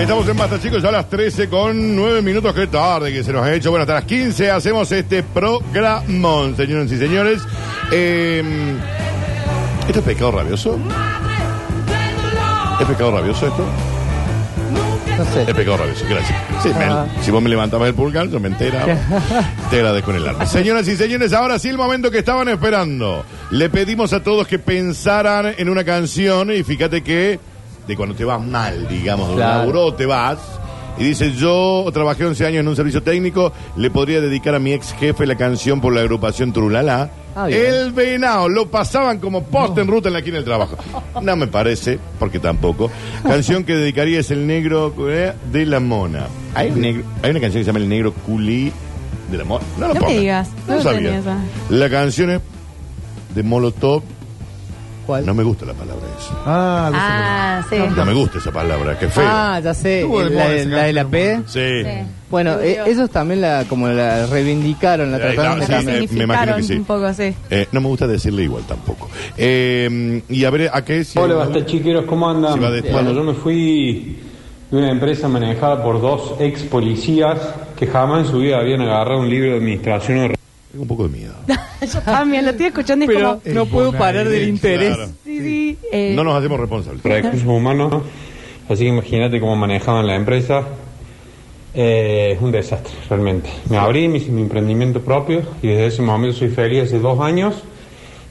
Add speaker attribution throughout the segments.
Speaker 1: Estamos en Basta, chicos, ya a las 13 con 9 minutos. Qué tarde que se nos ha hecho. Bueno, hasta las 15 hacemos este programón, señores y señores. Eh, ¿Esto es pecado rabioso? ¿Es pecado rabioso esto?
Speaker 2: No sé.
Speaker 1: Es pecado rabioso, gracias. Sí, me-
Speaker 2: Ah.
Speaker 1: si vos me levantabas el pulgar, yo me entera. Te agradezco en el alma. Señoras y señores, ahora sí el momento que estaban esperando. Le pedimos a todos que pensaran en una canción y fíjate que de cuando te vas mal, digamos, de un
Speaker 2: Claro.
Speaker 1: laburo, te vas. Y dice, yo trabajé 11 años en un servicio técnico, le podría dedicar a mi ex jefe la canción por la agrupación Trulala.
Speaker 2: Ah, bien.
Speaker 1: el venado, lo pasaban como post en ruta en la esquina del trabajo. No me parece, porque tampoco. Canción que dedicaría es El Negro eh, de la Mona. Hay, un negro- hay una canción que se llama El Negro Culi de la Mona. No, lo
Speaker 3: No me
Speaker 1: pongas.
Speaker 3: digas,
Speaker 1: No,
Speaker 3: no
Speaker 1: sabía.
Speaker 3: tenía esa.
Speaker 1: La canción es de Molotov.
Speaker 2: ¿Cuál?
Speaker 1: No me gusta la palabra esa.
Speaker 2: Ah, no sé.
Speaker 3: Ah, sí.
Speaker 1: No me gusta esa palabra, qué feo.
Speaker 2: Ah, ya sé.
Speaker 4: Estuvo de
Speaker 2: La,
Speaker 4: moda esa
Speaker 2: la de la P.
Speaker 1: sí.
Speaker 3: Sí.
Speaker 2: Bueno,
Speaker 3: Lo
Speaker 2: eh,
Speaker 3: odió.
Speaker 2: ellos también la como la reivindicaron, la
Speaker 1: Ahí está,
Speaker 2: trataron de
Speaker 1: sí,
Speaker 3: La
Speaker 2: cambiar.
Speaker 1: eh, me imagino que
Speaker 3: significaron
Speaker 1: sí.
Speaker 3: un poco, sí.
Speaker 1: Eh, no me gusta decirle igual tampoco. Eh, y a ver, ¿a qué si
Speaker 5: Hola,
Speaker 1: hay-
Speaker 5: basta chiqueros, ¿cómo andan?
Speaker 1: Se va de-
Speaker 5: Bueno, yo me fui de una empresa manejada por dos ex policías que jamás en su vida habían agarrado un libro de administración o
Speaker 1: Tengo un poco de miedo.
Speaker 3: Yo también Ah, lo estoy escuchando y es como.
Speaker 2: no puedo parar del interés.
Speaker 1: Claro.
Speaker 3: Sí, sí. eh,
Speaker 1: No nos hacemos responsables.
Speaker 5: recursos humanos, así que imagínate cómo manejaban la empresa. Eh, es un desastre, realmente. Me abrí, me hice mi emprendimiento propio y desde ese momento soy feliz hace dos años.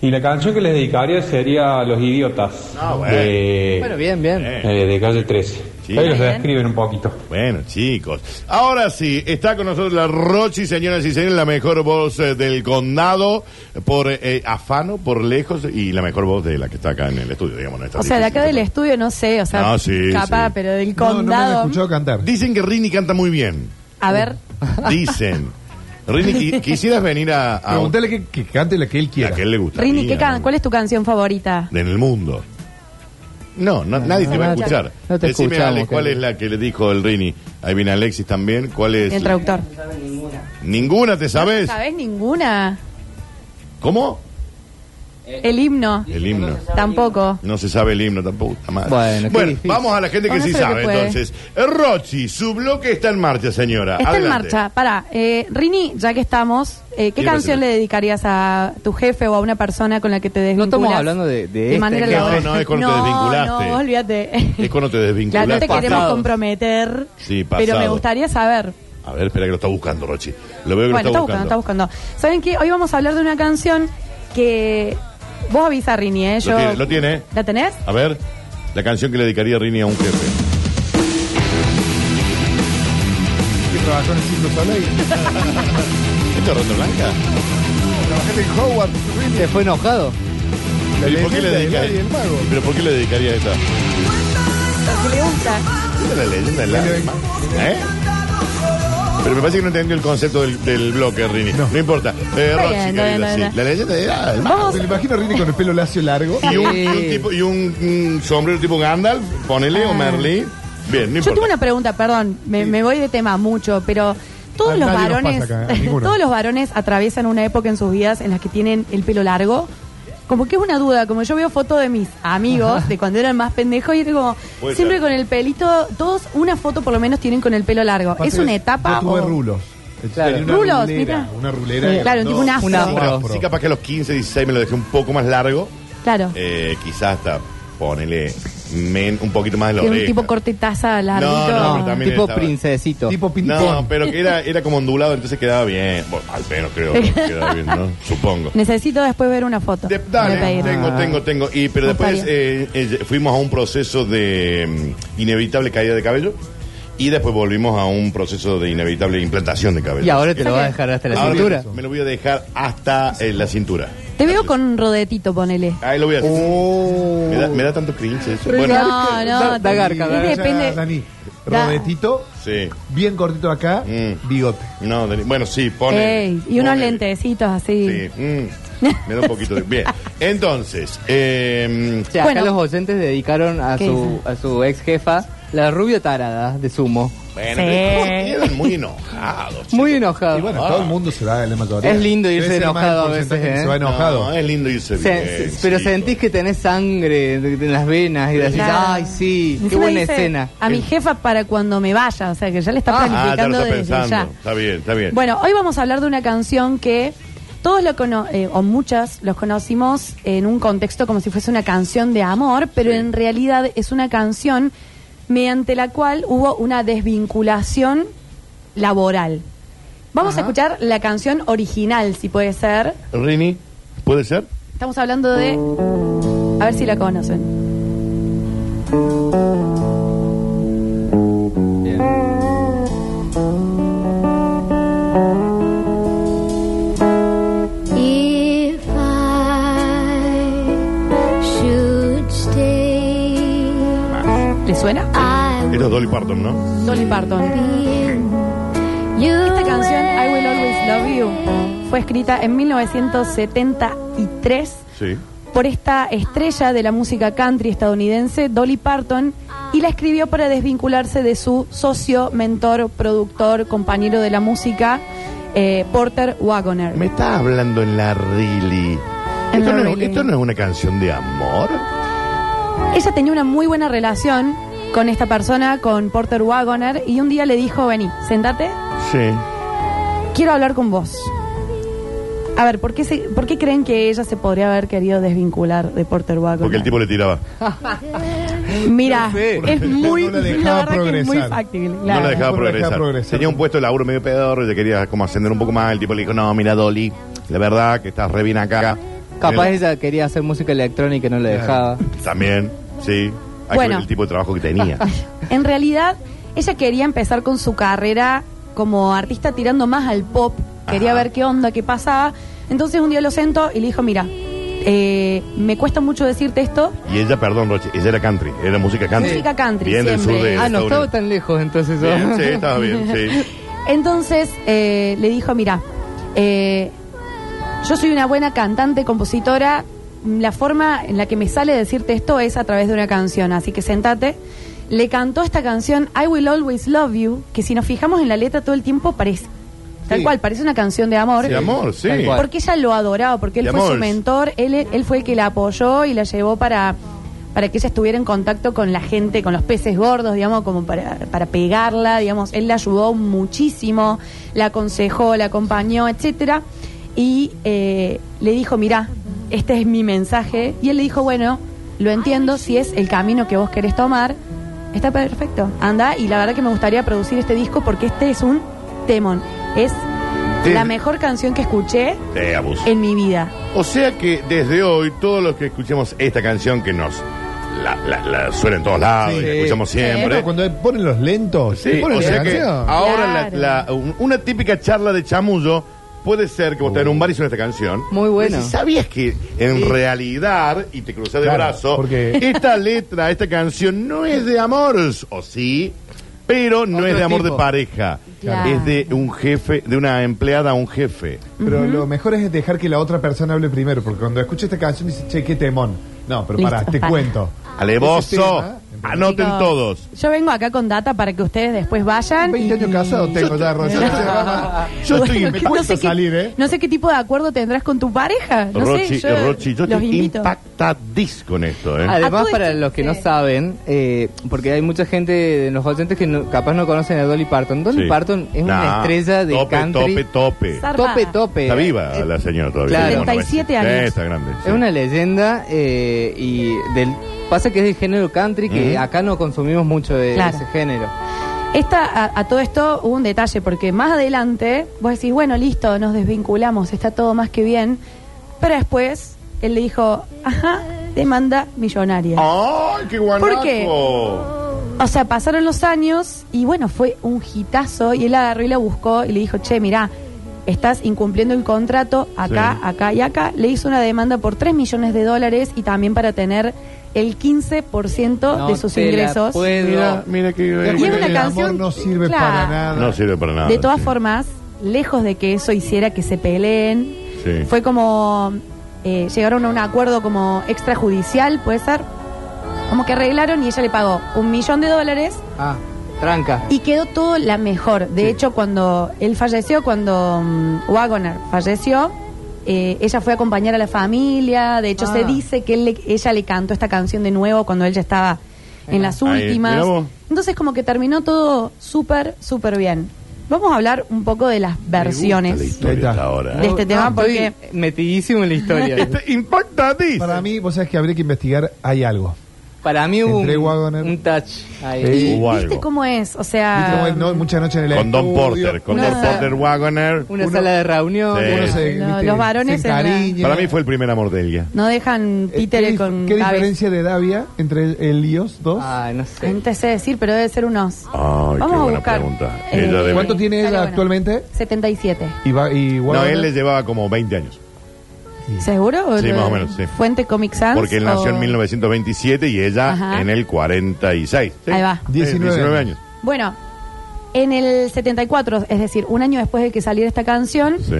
Speaker 5: Y la canción que les dedicaría sería Los Idiotas
Speaker 1: Ah, bueno.
Speaker 5: de,
Speaker 2: Bueno, bien, bien.
Speaker 1: Eh.
Speaker 5: eh, de Calle 13.
Speaker 1: Sí.
Speaker 5: Ahí los
Speaker 3: Bien.
Speaker 5: describen un poquito.
Speaker 1: Bueno, chicos. Ahora sí, está con nosotros la Rochi, señoras y señores, la mejor voz eh, del condado, por eh, afano, por lejos, y la mejor voz de la que está acá en el estudio, digamos. no está
Speaker 3: O sea, de acá del
Speaker 1: difícil.
Speaker 3: estudio no sé, o sea,
Speaker 1: No, sí,
Speaker 3: capaz,
Speaker 1: sí.
Speaker 3: pero del
Speaker 4: No, no me han
Speaker 3: condado.
Speaker 4: escuchado cantar.
Speaker 1: Dicen que Rini canta muy bien.
Speaker 3: a ver,
Speaker 1: Dicen. Rini, qui- quisieras venir a... a
Speaker 4: Preguntale que, que cante Ah, la que él
Speaker 1: a
Speaker 4: quiera.
Speaker 1: que él le gusta.
Speaker 3: Rini, ¿qué can- ¿cuál es tu canción favorita?
Speaker 1: En el mundo. No, no- nadie te va a
Speaker 2: no te-
Speaker 1: escuchar.
Speaker 2: no te
Speaker 1: Decime,
Speaker 2: escuchamos,
Speaker 1: Alex, ¿cuál
Speaker 2: querido.
Speaker 1: es la que le dijo el Rini? Ahí viene Alexis también. ¿Cuál es?
Speaker 3: El traductor.
Speaker 1: Ninguna, ¿te sabes?
Speaker 3: ¿Sabes ninguna?
Speaker 1: ¿Cómo?
Speaker 3: El himno.
Speaker 1: El himno.
Speaker 3: Tampoco.
Speaker 1: No se sabe el himno tampoco. puta madre.
Speaker 2: Bueno, qué difícil.
Speaker 1: vamos a la gente que
Speaker 3: Bueno,
Speaker 1: sí
Speaker 3: eso es lo
Speaker 1: sabe
Speaker 3: que puede.
Speaker 1: entonces. Eh, Rochi, su bloque está en marcha, señora.
Speaker 3: Está en
Speaker 1: Ah, Adelante.
Speaker 3: marcha. Pará, eh, Rini, ya que estamos, eh, ¿qué
Speaker 1: Quiero
Speaker 3: canción
Speaker 1: hacer-
Speaker 3: le dedicarías a tu jefe o a una persona con la que te
Speaker 2: No
Speaker 3: desvinculas?
Speaker 2: estamos hablando de, de este
Speaker 3: manera
Speaker 2: jefe.
Speaker 1: No, no, es cuando te desvinculaste.
Speaker 3: No, olvídate.
Speaker 1: Es cuando te desvinculaste.
Speaker 3: Claro, no te queremos
Speaker 2: Pasado.
Speaker 3: comprometer.
Speaker 1: Sí,
Speaker 3: Pero me
Speaker 1: pasado.
Speaker 3: gustaría saber.
Speaker 1: A ver, espera que lo está buscando, Rochi. Lo veo que
Speaker 3: Bueno,
Speaker 1: lo
Speaker 3: está buscando, está buscando. ¿Saben qué? Hoy vamos a hablar de una canción que. Vos avisa, Rini, ¿eh? Yo-
Speaker 1: Lo tiene, lo tiene.
Speaker 3: ¿La tenés?
Speaker 1: A ver, la canción que le dedicaría Rini a un jefe.
Speaker 4: Que trabajó en el Circo Soleil.
Speaker 1: ¿Esto es Rata Blanca?
Speaker 4: Trabajaste en Howard.
Speaker 2: ¿Se fue enojado?
Speaker 4: La
Speaker 1: ¿Y por qué le
Speaker 4: leyenda del Hadi
Speaker 1: dedicaría?
Speaker 4: el mago.
Speaker 1: ¿Y ¿Pero por qué le dedicaría esta?
Speaker 3: La que le gusta.
Speaker 1: ¿Esta es la leyenda del Hadi? ¿Eh? Pero me parece que no entendió el concepto del, del bloque, Rini. No, importa. Eh,
Speaker 3: Está
Speaker 1: Rochi,
Speaker 3: bien,
Speaker 1: querida,
Speaker 3: está bien, está
Speaker 1: sí.
Speaker 3: bien.
Speaker 1: La leyenda del Hadi.
Speaker 3: Vamos.
Speaker 4: Se le imagino a Rini con el pelo lacio largo.
Speaker 1: Y un,
Speaker 2: Sí.
Speaker 1: y un tipo, y un, un sombrero tipo Gandalf, ponele, o
Speaker 3: Ah.
Speaker 1: Merlí. Bien, no
Speaker 3: Yo
Speaker 1: importa.
Speaker 3: tuve una pregunta, perdón, me, me voy de tema mucho, pero todos
Speaker 4: A
Speaker 3: los
Speaker 4: Ah, nadie nos
Speaker 3: varones,
Speaker 4: pasa acá, a ninguno.
Speaker 3: todos los varones atraviesan una época en sus vidas en las que tienen el pelo largo. Como que es una duda, como yo veo fotos de mis amigos de cuando eran más pendejos y era como
Speaker 1: Puede
Speaker 3: siempre
Speaker 1: ser.
Speaker 3: con el pelito, todos una foto por lo menos tienen con el pelo largo.
Speaker 4: Pasa
Speaker 3: ¿Es
Speaker 4: que
Speaker 3: una
Speaker 4: yo
Speaker 3: etapa?
Speaker 4: tuve
Speaker 3: o-
Speaker 4: rulos.
Speaker 2: Claro.
Speaker 4: Tenía una
Speaker 3: Rulos,
Speaker 4: rulera,
Speaker 3: mirá.
Speaker 4: Una rulera.
Speaker 2: Sí.
Speaker 4: y-
Speaker 3: Claro, tipo un afro.
Speaker 2: Un afro.
Speaker 1: Sí, capaz que a los 15, 16 me lo dejé un poco más largo.
Speaker 3: Claro.
Speaker 1: Eh, quizás hasta ponele men- un poquito más de la
Speaker 3: que
Speaker 1: oreja.
Speaker 3: un tipo cortetaza larguito.
Speaker 1: No, pero también
Speaker 2: Ah, tipo
Speaker 1: estaba-
Speaker 2: princesito.
Speaker 4: Tipo
Speaker 1: No,
Speaker 4: pintón.
Speaker 1: pero que era, era como ondulado, entonces quedaba bien. Bueno, al menos creo que quedaba bien, ¿no? Supongo.
Speaker 3: Necesito después ver una foto.
Speaker 1: De-
Speaker 3: Me voy a
Speaker 1: dale,
Speaker 3: pedir.
Speaker 1: tengo, tengo, tengo. Y, pero
Speaker 3: Me
Speaker 1: después
Speaker 3: parió.
Speaker 1: eh, eh, fuimos a un proceso de mm, inevitable caída de cabello y después volvimos a un proceso de inevitable implantación de cabello.
Speaker 2: Y ahora te
Speaker 3: O sea
Speaker 2: lo va a
Speaker 3: que-
Speaker 2: dejar hasta la
Speaker 1: Ahora
Speaker 2: cintura.
Speaker 1: me lo voy a dejar hasta eh, la cintura.
Speaker 3: Te veo con un rodetito, ponele.
Speaker 1: Ahí lo voy a hacer.
Speaker 2: Oh.
Speaker 1: Me, da, me da tanto cringe eso. Bueno,
Speaker 3: no, no,
Speaker 2: da- da garca, da
Speaker 3: es
Speaker 2: garca.
Speaker 4: Ya,
Speaker 3: depende.
Speaker 4: Dani,
Speaker 3: Da.
Speaker 4: rodetito,
Speaker 1: sí.
Speaker 4: bien cortito acá,
Speaker 1: Mm.
Speaker 4: bigote.
Speaker 1: No, Dani- bueno, sí, pone.
Speaker 3: Ey, y unos
Speaker 1: pone-
Speaker 3: lentecitos así.
Speaker 1: Sí. mm, me da un poquito de. Bien. Entonces, em, eh,
Speaker 2: O sea,
Speaker 3: Bueno.
Speaker 2: acá los oyentes dedicaron a
Speaker 3: ¿Qué
Speaker 2: su,
Speaker 3: dicen?
Speaker 2: a su ex jefa La rubia tarada de sumo.
Speaker 1: Bueno,
Speaker 3: Sí.
Speaker 1: pero quedan muy enojados. chicos.
Speaker 2: Muy enojado.
Speaker 4: Y
Speaker 1: Ah.
Speaker 4: bueno, todo el mundo se va, la mayoría.
Speaker 2: Es lindo irse
Speaker 4: Debe ser más
Speaker 2: enojado a
Speaker 4: el
Speaker 2: veces,
Speaker 4: porcentaje que
Speaker 2: ¿eh?
Speaker 4: Se va enojado.
Speaker 1: No, es lindo irse
Speaker 2: Se-
Speaker 1: bien.
Speaker 2: se- pero
Speaker 1: chicos.
Speaker 2: sentís que tenés sangre de- de- en las venas y decís,
Speaker 3: Claro.
Speaker 2: ay, sí, qué
Speaker 3: Encima
Speaker 2: buena
Speaker 3: dice,
Speaker 2: escena.
Speaker 3: A mi jefa para cuando me vaya, o sea que ya le está
Speaker 2: Ah,
Speaker 1: Ah, ya
Speaker 3: planificando
Speaker 1: lo está
Speaker 3: desde ya.
Speaker 1: pensando. Está bien, está bien.
Speaker 3: Bueno, hoy vamos a hablar de una canción que todos lo cono eh, o muchas los conocimos en un contexto como si fuese una canción de amor, pero en realidad es una canción mediante la cual hubo una desvinculación laboral. Vamos a escuchar la canción original, si puede ser.
Speaker 1: Rini, ¿puede ser?
Speaker 3: Estamos hablando de... A ver si la conocen.
Speaker 6: If I should stay,
Speaker 3: ¿Le suena?
Speaker 6: I
Speaker 1: Era Dolly Parton, ¿no?
Speaker 3: Dolly Parton. Esta canción, I Will Always Love You, fue escrita en 1973
Speaker 1: Sí.
Speaker 3: por esta estrella de la música country estadounidense, Dolly Parton, y la escribió para desvincularse de su socio, mentor, productor, compañero de la música, eh, Porter Wagoner.
Speaker 1: Me está hablando en la Rilly.
Speaker 3: En
Speaker 1: Esto, no,
Speaker 3: la
Speaker 1: es-
Speaker 3: Rilly.
Speaker 1: esto no es una canción de amor.
Speaker 3: Ella tenía una muy buena relación con esta persona, con Porter Wagoner, y un día le dijo, vení, sentate,
Speaker 1: Sí.
Speaker 3: quiero hablar con vos. A ver, ¿por qué, se- ¿por qué creen que ella se podría haber querido desvincular de Porter Wagoner?
Speaker 1: Porque el tipo le tiraba.
Speaker 3: Mira,
Speaker 2: No sé.
Speaker 3: es muy,
Speaker 4: No la dejaba
Speaker 3: la verdad que es muy
Speaker 4: progresar.
Speaker 3: factible.
Speaker 1: No
Speaker 3: claro.
Speaker 1: la dejaba
Speaker 4: No la dejaba
Speaker 1: progresar.
Speaker 4: progresar.
Speaker 1: Tenía un puesto de laburo medio pedorro y le quería como ascender un poco más. El tipo le dijo, no, mira Dolly, la verdad que estás re bien acá.
Speaker 2: Capaz
Speaker 1: Eh,
Speaker 2: ella quería hacer música electrónica y no la dejaba.
Speaker 1: También, sí. Hay que
Speaker 3: Bueno.
Speaker 1: ver el tipo de trabajo que tenía.
Speaker 3: En realidad, ella quería empezar con su carrera como artista tirando más al pop. Quería
Speaker 1: Ajá.
Speaker 3: ver qué onda, qué pasaba. Entonces un día lo sentó y le dijo, mira, eh, me cuesta mucho decirte esto.
Speaker 1: Y ella, perdón, Roche, ella era country, era música country.
Speaker 3: Música country,
Speaker 1: Bien del sur
Speaker 3: siempre.
Speaker 1: de
Speaker 2: Ah, no
Speaker 1: Estados
Speaker 2: estaba
Speaker 1: Unidos.
Speaker 2: tan lejos entonces yo.
Speaker 1: Bien, sí, estaba bien, sí.
Speaker 3: Entonces eh, le dijo, mira, eh, yo soy una buena cantante, compositora. La forma en la que me sale decirte esto es a través de una canción, así que sentate. Le cantó esta canción I Will Always Love You, que si nos fijamos en la letra todo el tiempo parece, tal
Speaker 2: Sí.
Speaker 3: cual, parece una canción de amor.
Speaker 1: De amor, sí.
Speaker 2: Tal cual.
Speaker 3: Porque ella lo adoraba, porque él
Speaker 1: De
Speaker 3: fue su
Speaker 1: amores.
Speaker 3: mentor, él, él fue el que la apoyó y la llevó para, para que ella estuviera en contacto con la gente, con los peces gordos, digamos, como para, para pegarla, digamos. Él la ayudó muchísimo, la aconsejó, la acompañó, etcétera. Y eh, le dijo, mirá, este es mi mensaje. Y él le dijo, bueno, lo entiendo, si es el camino que vos querés tomar, está perfecto, anda. Y la verdad que me gustaría producir este disco porque este es un temón. Es
Speaker 1: Sí.
Speaker 3: la mejor canción que escuché
Speaker 1: Sí, abuso.
Speaker 3: en mi vida.
Speaker 1: O sea que desde hoy, todos los que escuchemos esta canción que nos la, la- la suena en todos lados y la
Speaker 2: Sí.
Speaker 1: escuchamos siempre.
Speaker 4: Bueno, cuando ponen los lentos,
Speaker 1: Sí,
Speaker 4: te ponen
Speaker 1: o
Speaker 4: la
Speaker 1: sea que
Speaker 4: canción.
Speaker 1: ahora
Speaker 3: Claro.
Speaker 1: la- la- un- una típica charla de chamullo puede ser
Speaker 4: Uh.
Speaker 1: que vos estás en un bar y suena esta canción.
Speaker 2: Muy bueno.
Speaker 1: Pero si sabías que en realidad, y te cruzás de
Speaker 4: Claro,
Speaker 1: brazo,
Speaker 4: porque-
Speaker 1: esta letra, esta canción no es de amores, o sí, pero no
Speaker 2: Otro
Speaker 1: es de amor
Speaker 2: tipo.
Speaker 1: de pareja.
Speaker 3: Claro.
Speaker 1: Es de un jefe, de una empleada a un jefe.
Speaker 4: Pero lo mejor es dejar que la otra persona hable primero, porque cuando escucha esta canción dice, che, qué temón. No, pero pará,
Speaker 3: Listo,
Speaker 4: te
Speaker 3: para.
Speaker 4: cuento.
Speaker 3: Ah.
Speaker 4: Ese
Speaker 1: Alevoso,
Speaker 4: tema,
Speaker 1: anoten
Speaker 3: Chicos,
Speaker 1: todos.
Speaker 3: Yo vengo acá con data para que ustedes después vayan.
Speaker 4: 20 años
Speaker 3: y-
Speaker 4: casado tengo ya, Rosana.
Speaker 1: Yo
Speaker 3: Bueno,
Speaker 1: estoy
Speaker 3: que
Speaker 4: me cuesta
Speaker 3: sé qué-
Speaker 4: salir, ¿eh?
Speaker 3: No sé qué tipo de acuerdo tendrás con tu pareja. No
Speaker 1: Rochi,
Speaker 3: sé, yo
Speaker 1: Rochi, yo
Speaker 3: los
Speaker 1: estoy
Speaker 3: invito.
Speaker 1: impactadís con esto, ¿eh?
Speaker 3: A todo
Speaker 2: Además,
Speaker 3: esto,
Speaker 2: para los que no
Speaker 3: sí.
Speaker 2: saben, eh, porque hay mucha gente en los oyentes que no- capaz no conocen a Dolly Parton. Dolly
Speaker 1: Sí.
Speaker 2: Parton es una
Speaker 1: Nah,
Speaker 2: estrella de
Speaker 1: tope,
Speaker 2: country.
Speaker 1: Tope, tope,
Speaker 3: Zarpada.
Speaker 2: Tope, tope.
Speaker 1: Está viva
Speaker 2: Eh,
Speaker 1: la señora todavía.
Speaker 2: claro.
Speaker 1: como
Speaker 3: 77
Speaker 1: noventa. Sí,
Speaker 3: años.
Speaker 1: está grande. sí.
Speaker 2: Es una leyenda eh, y del pasa que es del género country que
Speaker 1: Ujú.
Speaker 2: acá no consumimos mucho de
Speaker 3: Claro.
Speaker 2: ese género.
Speaker 3: Esta, a, a todo esto hubo un detalle, porque más adelante vos decís, bueno, listo, nos desvinculamos, está todo más que bien. Pero después él le dijo, ajá, demanda millonaria.
Speaker 1: ¡Ay, qué guanaco!
Speaker 3: ¿Por qué? O sea, pasaron los años y bueno, fue un hitazo y él agarró y la buscó y le dijo, che, mirá, estás incumpliendo el contrato acá,
Speaker 1: Sí.
Speaker 3: acá y acá. Le hizo una demanda por 3 millones de dólares y también para tener el 15% de
Speaker 2: No
Speaker 3: sus
Speaker 2: te la
Speaker 3: ingresos.
Speaker 2: puedo-
Speaker 1: Mira, mira qué...
Speaker 3: Y es
Speaker 4: Porque
Speaker 3: una
Speaker 4: el amor
Speaker 3: canción-
Speaker 4: no sirve
Speaker 3: claro.
Speaker 4: para nada.
Speaker 1: No sirve para nada.
Speaker 3: De todas
Speaker 1: Ah, sí.
Speaker 3: formas, lejos de que eso hiciera que se peleen,
Speaker 1: Sí.
Speaker 3: fue como... eh, llegaron a un acuerdo como extrajudicial, puede ser. Como que arreglaron y ella le pagó un millón de dólares
Speaker 2: Ah, tranca.
Speaker 3: y quedó todo la mejor. De hecho, cuando él falleció, cuando mm, Wagoner falleció, eh, ella fue a acompañar a la familia. De hecho,
Speaker 2: Ah.
Speaker 3: se dice que él le- ella le cantó esta canción de nuevo cuando él ya estaba en las
Speaker 1: Ahí, mirá
Speaker 3: últimas.
Speaker 1: vos.
Speaker 3: Entonces, como que terminó todo súper, súper bien. Vamos a hablar un poco de las
Speaker 1: Me gusta
Speaker 3: versiones
Speaker 1: la
Speaker 4: Ahí
Speaker 1: historia
Speaker 4: está.
Speaker 1: hasta ahora. ¿eh?
Speaker 3: de este tema, porque
Speaker 2: Ah, Estoy metidísimo en la historia.
Speaker 1: Está
Speaker 4: Este
Speaker 1: impactadísimo.
Speaker 4: Para mí, vos sabes que habría que investigar, hay algo.
Speaker 2: Para mí hubo un,
Speaker 4: Entre Wagoner.
Speaker 2: un touch ahí.
Speaker 1: Sí.
Speaker 3: y,
Speaker 1: Hubo
Speaker 3: viste
Speaker 1: algo.
Speaker 3: cómo es, o
Speaker 4: ¿Viste cómo
Speaker 3: sea,
Speaker 4: es, no? Muchas noches en el
Speaker 1: Con Don
Speaker 4: estudio,
Speaker 1: Porter, con
Speaker 3: una-
Speaker 1: Don Porter Wagoner.
Speaker 2: Una
Speaker 4: Uno-
Speaker 2: sala de reunión.
Speaker 1: Sí.
Speaker 4: uno se,
Speaker 3: Los-
Speaker 4: viste,
Speaker 3: los varones
Speaker 4: se
Speaker 3: en la-
Speaker 4: encariña.
Speaker 1: Para mí fue el primer amor de ella.
Speaker 3: no dejan
Speaker 4: Eh, ¿Qué,
Speaker 3: títere
Speaker 4: dif-
Speaker 3: con
Speaker 4: qué
Speaker 3: cabeza.
Speaker 4: diferencia de edad había entre el, el IOS 2?
Speaker 2: Ah, no sé.
Speaker 3: No te sé decir, pero debe ser unos.
Speaker 1: Ay, qué
Speaker 3: Vamos a
Speaker 1: buena
Speaker 3: buscar.
Speaker 1: pregunta.
Speaker 3: Eh,
Speaker 1: Ella debe-
Speaker 4: ¿Cuánto tiene
Speaker 3: Sale
Speaker 4: ella
Speaker 3: bueno.
Speaker 4: actualmente?
Speaker 3: 77.
Speaker 4: Y va- y
Speaker 1: No,
Speaker 4: Wagoner-
Speaker 1: él le llevaba como 20 años.
Speaker 3: ¿Seguro? ¿O
Speaker 1: Sí,
Speaker 3: lo-
Speaker 1: más o menos, sí.
Speaker 3: Fuente Comic Sans.
Speaker 1: Porque él nació
Speaker 3: o-
Speaker 1: en 1927 y ella
Speaker 3: Ajá.
Speaker 1: en el 46. ¿sí?
Speaker 3: Ahí va.
Speaker 1: Sí,
Speaker 4: 19
Speaker 1: años.
Speaker 3: Bueno, en el 74, es decir, un año después de que saliera esta canción,
Speaker 1: Sí.